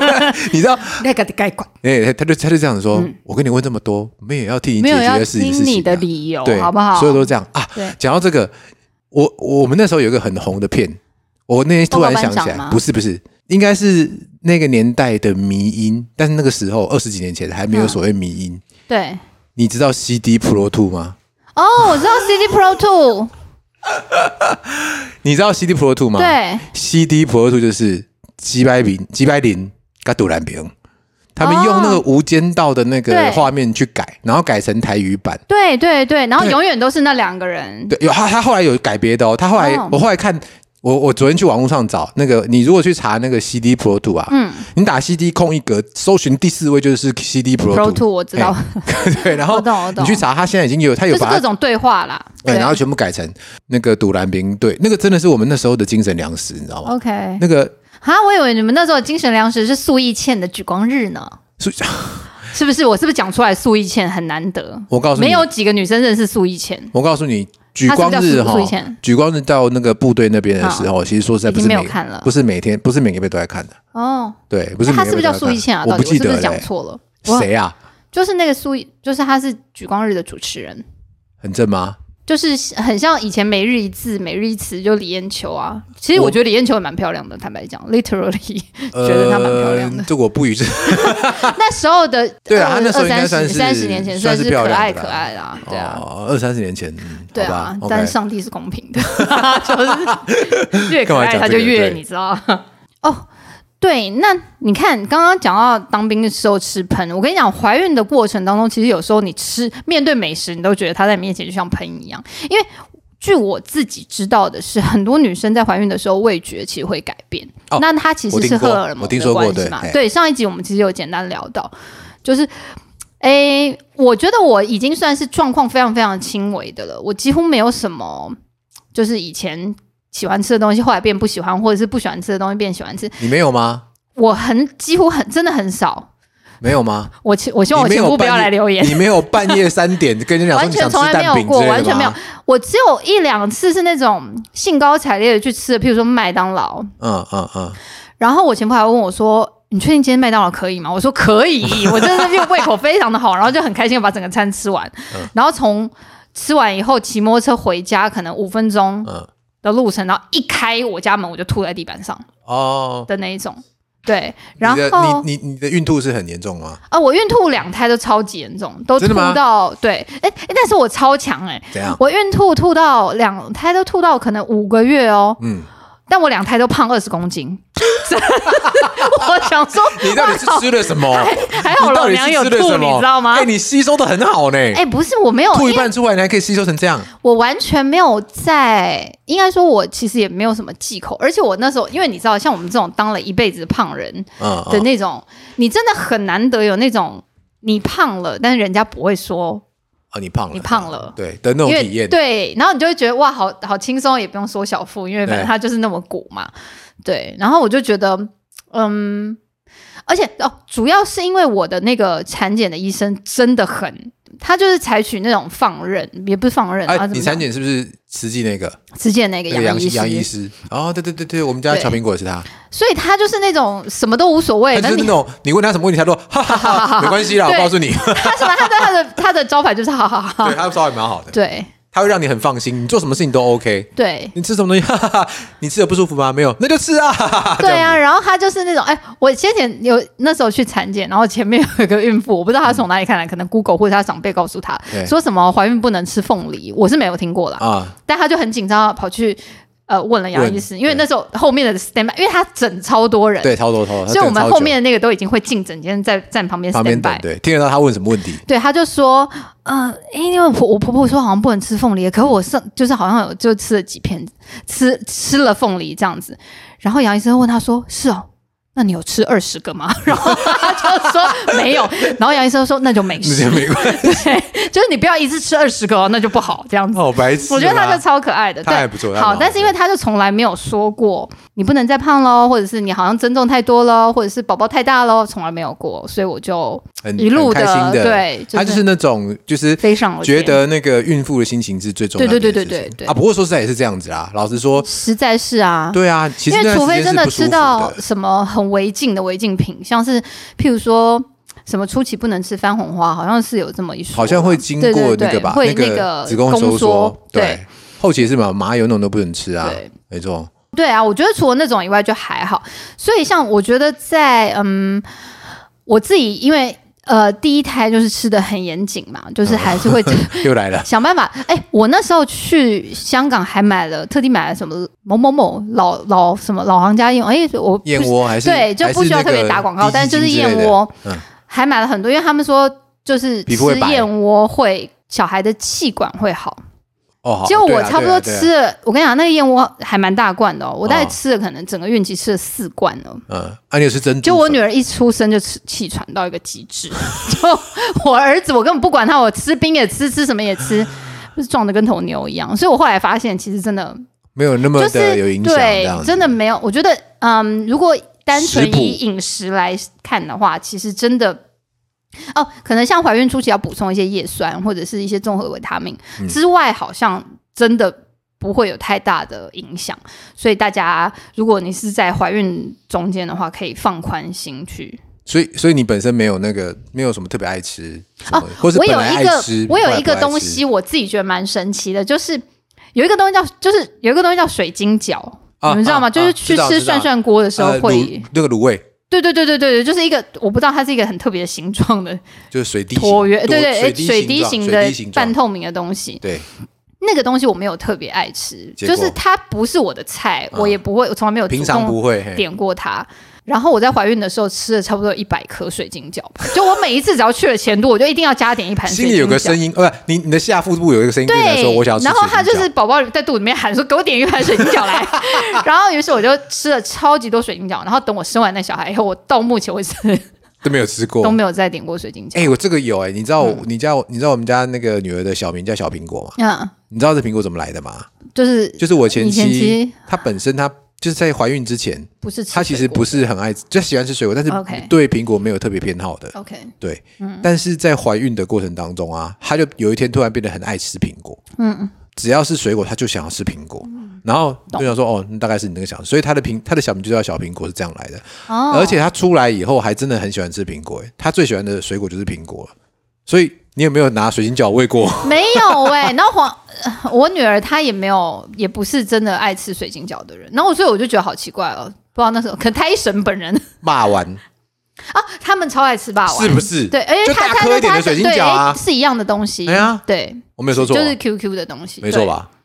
你知道，
那个该管，
哎、他就他就这样说、我跟你问这么多，我们也要替你
嗯没
解
有
决
要
的事情
听
事
你
情、
的
啊。
理由
对，，
哦好不好？
所有都这样啊
对。
讲到这个，我我们那时候有一个很红的片，我那天突然想
报告
起
班长
来
吗，
不是不是，应该是那个年代的迷音，但是那个时候二十几年前还
嗯
没有所谓迷音。
对。
你知道 CD Pro Two 吗？
哦，我知道 CD Pro Two，
啊你知道 CD Pro Two 吗？
对，
，CD Pro Two 就是几百零几百零跟杜兰平。他们用那个《无间道》的那个
哦对
画面去改，然后改成台语版。
对对对，然后
对
永远都是那两个人，
对，有他他后来有改别的哦，他后来、
哦
我后来看。我我昨天去网络上找那个，你如果去查那个 CD Pro Two 啊，嗯，你打 CD 空一格，搜寻第四位就是 CD Pro
Pro Two 我知道，
对，然
我
后
懂我懂
你去查，他现在已经有他
就
有
是
把
各
它
种对话啦。
对，然后全部改成那个杜兰兵，对，那个真的是我们那时候的精神粮食，你知道吗？
OK，
那个
啊，我以为你们那时候的精神粮食是素易倩的《举光日》呢，
是，
是不是？我是不是讲出来素易倩很难得？
我告诉你，
没有几个女生认识素易倩，
我告诉你，举光
他是不是
日
叫苏
哈
苏以前，
举光日到那个部队那边的时候，其实说实在不
已
是
经没有
每
看了
不是每天，不是每个月都在看的，
哦，
对，不是每
她
个
是不是
月都
叫
在
素易
看
倩啊？
我
到
不
底我
记
是不
得
是讲
嘞
错了？我
谁啊？
就是那个苏易，就是她是《举光日》的主持人，
很正吗？
就是很像以前每日一字、每日一词，就李艳秋啊。其实
我
我觉得李艳秋也蛮漂亮的，坦白讲，literally 觉得她蛮漂亮 的
呃。这个我不予置。
那时候的
对啊
二
她那时候应该
二三
算
十
是
三十年前
算是
可
漂亮
爱
的
可
啦
爱啦， 对啊。
哦，二三十年前，嗯
对
好
啊
吧，
但
OK
是。上帝是 公平的，就是越可
干嘛
爱
讲这个
他就越，
对
你知道？哦，对，那你看刚刚讲到当兵的时候吃喷，我跟你讲，怀孕的过程当中，其实有时候你吃面对美食，你都觉得它在你面前就像喷一样，因为。据我自己知道的是，很多女生在怀孕的时候味觉其实会改变。
哦
那它其实
我
是
听
荷
过
尔蒙
我听
的
说过
关系
对
嘛？
嘿
对，上一集我们其实有简单聊到，就是诶，我觉得我已经算是状况非常非常轻微的了，我几乎没有什么，就是以前喜欢吃的东西，后来变不喜欢，或者是不喜欢吃的东西变喜欢吃，
你没有吗？
我很几乎很真的很少。
没有吗？
我其我希望我
你没
前
有
夫不
半
要
夜
来留言，
你没有半夜三点跟人家讲说
完
你
全
想吃
从来没
蛋
有
饼
过
之，类的
完全没有
吗。
我只有一两次是那种兴高采烈的去吃的，譬如说麦当劳，
嗯嗯嗯，
然后我前夫还问我说。你确定今天麦当劳可以吗？我说可以， 我真的是胃口非常的好，然后就很开心地把整个餐吃完。
嗯
然后从吃完以后骑摩托车回家，可能五分钟
嗯
的路程，然后一开我家门我就吐在地板上
哦。
的那一种。对，
你
然
的
后
你你你的孕吐是很严重吗？
啊，我孕吐两胎都超级严重，都
真
吐
的吗嗯
到对，哎、哎，但是我超强哎、
怎样？
我孕吐吐到两胎都吐到可能五个月哦，
嗯，
但我两胎都胖二十公斤， 我想说
你到底是吃了什么？
还好
你
老
到底
娘有
是吃了
吐，
什
你
么？
知道吗？
哎，
哎、
你吸收的很好呢，
不是，我没有，
吐一
因为
半出来你还可以吸收成这样。
我完全没有在，应该说，我其实也没有什么忌口，而且我那时候，因为你知道，像我们这种当了一辈子的胖人
嗯
的
嗯，
那种，你真的很难得有那种你胖了，但是人家不会说，
哦，你胖了，
你胖了
对的那种
因
体
为
验。
对，然后你就会觉得哇，好好轻松，也不用缩小腹，因为反正
对
它就是那么鼓嘛，对，然后我就觉得，嗯。而且哦，主要是因为我的那个产检的医生真的很，他就是采取那种放任，也不是放任啊，
哎，
怎
你
么
产
讲
检是不是慈济那个
之前那个
那个杨
医
杨医
师，
师？哦，对对对对，我们家
对
小苹果也是他。
所以他就是那种什么都无所
他就
谓，但
是
哎你
那种你问他什么问题， 他说哈哈哈哈，没关系啦，我
对
告 诉你，
他什么他的他的他的招牌就是好好好，
对他稍微蛮好的，
对
他会让你很放心，你做什么事情都 OK。
对
你吃什么东西，哈哈哈，你吃的不舒服吗？没有，那就吃啊，哈哈哈。
对啊，然后他就是那种哎，我先前有那时候去产检，然后前面有一个孕妇，我不知道她从哪里看来，可能 Google 或者她长辈告诉她
对
说什么怀孕不能吃凤梨，我是没有听过啦，
啊，
但她就很紧张，跑去呃问了杨医师，
问
因为那时候后面的 stand by，因为他整超多人，
对，超多超多，他
所以我们
等超久
后面的那个都已经会进诊间在站旁边
旁
stand
边等
by，，
对，听得到他问什么问题，
对，他就说，呃，诶因为我我婆婆说好像不能吃凤梨，可我上就是好像有就吃了几片，吃吃了凤梨这样子。然后杨医生问他说：“是哦，那你有吃二十个吗？” 然后他就说没有。然后杨医生说：“那就没
那
事
就。没 关”
对，就是你不要一次吃二十个哦，那就不好这样
系，
子。
好白痴啊。
我觉得他就超可爱的，
他
对
还不错他还
好，
蛮好
但是因为他就从来没有说过你不能再胖喽，或者是你好像增重太多喽，或者是宝宝太大喽，从来没有过，所以我就
很
一路
很开心的，
对，
他就是那种就是
飞上了
觉
天
得那个孕妇的心情是最重要的
对
一件
对
事情。
对对对对
啊，不过说实在也是这样子啦。老实说，
实在是啊，
对啊，其实
因为
那段
除非
时间
真
是不舒
的吃
服
到
的
什么很违禁的违禁品，像是譬如说什么初期不能吃番红花，好像是有这么一说，
好像会经
对
过
对
那个吧，
对会那
个
个
子宫收
收
缩，
对。
后期是什么麻油那种都不能吃啊
对，
没错，
对啊，我觉得除了那种以外就还好，所以像我觉得在嗯，我自己因为呃第一胎就是吃的很严谨嘛，就是还是会
又来了。
想办法。哎，我那时候去香港还买了，特地买了什么某某某老老什么老行家宴，哎，我不
燕窝还是
对，就不需要特别打广告，但是就是燕，窝，
嗯
还买了很多，因为他们说就是
皮肤会
吃
白
燕窝会小孩的气管会好。
还是那个低基金之类的哦，好
结果我
对啊
差不多
对啊
吃了，我跟你讲，那个燕窝还蛮大罐的哦，我大概
哦
吃了可能整个孕期吃了四罐了。
对啊嗯，啊，你有吃珍珠粉？
就我女儿一出生就吃气喘到一个极致， 就我儿子我根本不管他，我吃冰也吃，吃什么也吃， 就是撞得跟头牛一样。所以我后来发现，其实真的
没有那么
就是
的有影响，这
对
样，子
真的没有。我觉得，嗯，如果单纯
食谱
以饮食来看的话，其实真的。哦，可能像怀孕初期要补充一些叶酸或者是一些综合维他命、
嗯
之外，好像真的不会有太大的影响。所以大家，如果你是在怀孕中间的话，可以放宽心去
所以，所以你本身没有那个，没有什么特别爱吃什么，或是
哦
本
我有
来
一
爱
个
吃，
我
后
有
来
一个
不爱
东
吃
西，我自己觉得蛮神奇的，就是有一个东西叫，就是有一个东西叫水晶饺，
啊
你们知道吗？
啊
就是
啊
去
知道知
吃
道
涮涮锅的时候
呃
会
卤，那个卤味，
对对对对对对，就是一个我不知道它是一个很特别的形状的
就是水滴形
椭圆，
多
对对，水
水
滴
形
形
状水
的
滴形
半
状，
透明的东西，
对，
那个东西我没有特别爱吃，
结果
就是它不是我的菜，
嗯
我也不会，我从来没有主
平常
动
不会，嘿
点过它。然后我在怀孕的时候吃了差不多一百颗水晶饺吧，就我每一次只要去了前都，我就一定要加点一盘水
心
晶饺。
里有个声音，呃，不你你的下腹部有一个声音跟你来说，我想要吃
然
水
后
晶饺。
他就是宝宝在肚子里面喊说：“给我点一盘水晶饺来。” 然后于是我就吃了超级多水晶饺。然后等我生完那小孩以后，我到目前为止
都没有吃过
都。没有嗯再点过水晶饺。
哎，我这个有哎，你知道我你家我你知道我们家那个女儿的小名叫小苹果吗？
嗯，
你知道这苹果怎么来的吗？
就是
就是我前
你前
妻
妻
她本身她就是在怀孕之前，
不是吃
她其实
水果
不是很爱，就喜欢吃水果，但是
OK
对苹果没有特别偏好的。
OK，
对，
嗯
但是在怀孕的过程当中啊，她就有一天突然变得很爱吃苹果，
嗯，
只要是水果，她就想要吃苹果，然后就想说哦，那大概是你那个想，所以她的苹她的小名就叫小苹果是这样来的，
哦，
而且她出来以后还真的很喜欢吃苹果，欸她最喜欢的水果就是苹果了，所以你有没有拿水晶饺喂过？
没有哎、然后黄， 呃我女儿她也没有，也不是真的爱吃水晶饺的人。然后所以我就觉得好奇怪哦，不知道那时候可能胎神本人
骂完
啊，他们超爱吃霸王，
是不是？
对，而且
就
她
大
她
颗一点的
她
水晶
对
饺啊
是一样的东西，
哎呀
对，
我没有说错
就
吧，
是 QQ 的东西，
没错吧？
对？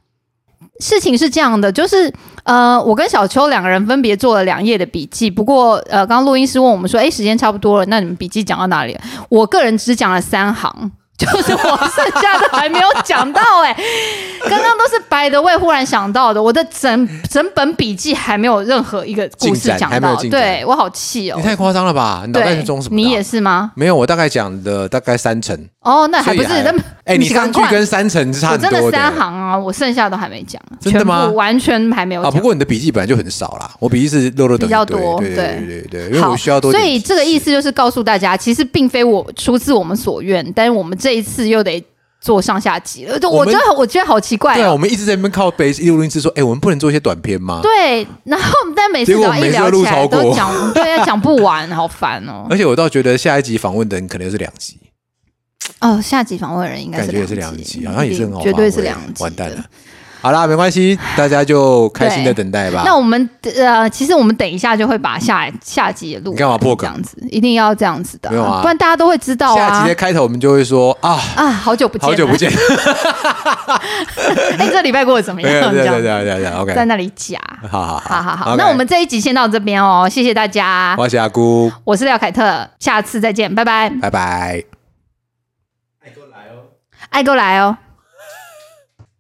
事情是这样的，就是呃，我跟小邱两个人分别做了两页的笔记。不过呃，刚刚录音师问我们说，哎，时间差不多了，那你们笔记讲到哪里了？我个人只讲了三行。 就是我剩下的还没有讲到哎、 刚刚都是白的位忽然想到的，我的整整本笔记还没有任何一个故
进
事
展
讲
还没有
到，
进展
对我好气哦
你。太夸张了吧？你脑袋是
对
装什，么的啊？
你也是吗？
没有，我大概讲了大概三成，
哦，那
所
还
以
不是那么？
哎，你
赶
上句
快
跟三成是差
我
很
真
多欸
的三行啊，我剩下都还没讲，
真的吗
全部完全还没有
啊，
讲。
不过你的笔记本来就很少啦，我笔记是肉肉等一堆
比较多
对
对
对对对对，因为
好
我需要多一
所
点
以
知识。
这个意思就是告诉大家，其实并非我出自我们所愿，但是我们这一次又得做上下集了。就
我
我
们
觉得我觉得好奇怪
对啊，
哦、
我们一直在那边靠背，一路一直说，哎，我们不能做一些短片吗？
对，然后但每次
结
只
果
要一
每次
聊
都录
起
超
来
过
都讲，对啊，讲不完，好 烦哦。
而且我倒觉得下一集访问的人可能又是两集，
哦，下集访问人应该
感
是
觉也是
两嗯
两集，好像也是很好，
绝对是两集，
完蛋了。。好啦，没关系，大家就开心的等待吧。
那我们呃，其实我们等一下就会把下下集也录完。
你干嘛破梗
这样子？一定要这样子的、
没有啊
不然大家都会知道
下集
啊
的。开头我们就会说啊，
啊，好久不见，
好久不！见，
哎、这礼拜过得怎么
对
样？
对对
这样
对对对对，OK，
在那里假。
好好
好
好
好好
OK
那我们这一集先到这边哦，谢谢大家，
我是阿姑，
我是廖凯特，下次再见，拜拜，
拜拜。
爱过来哦。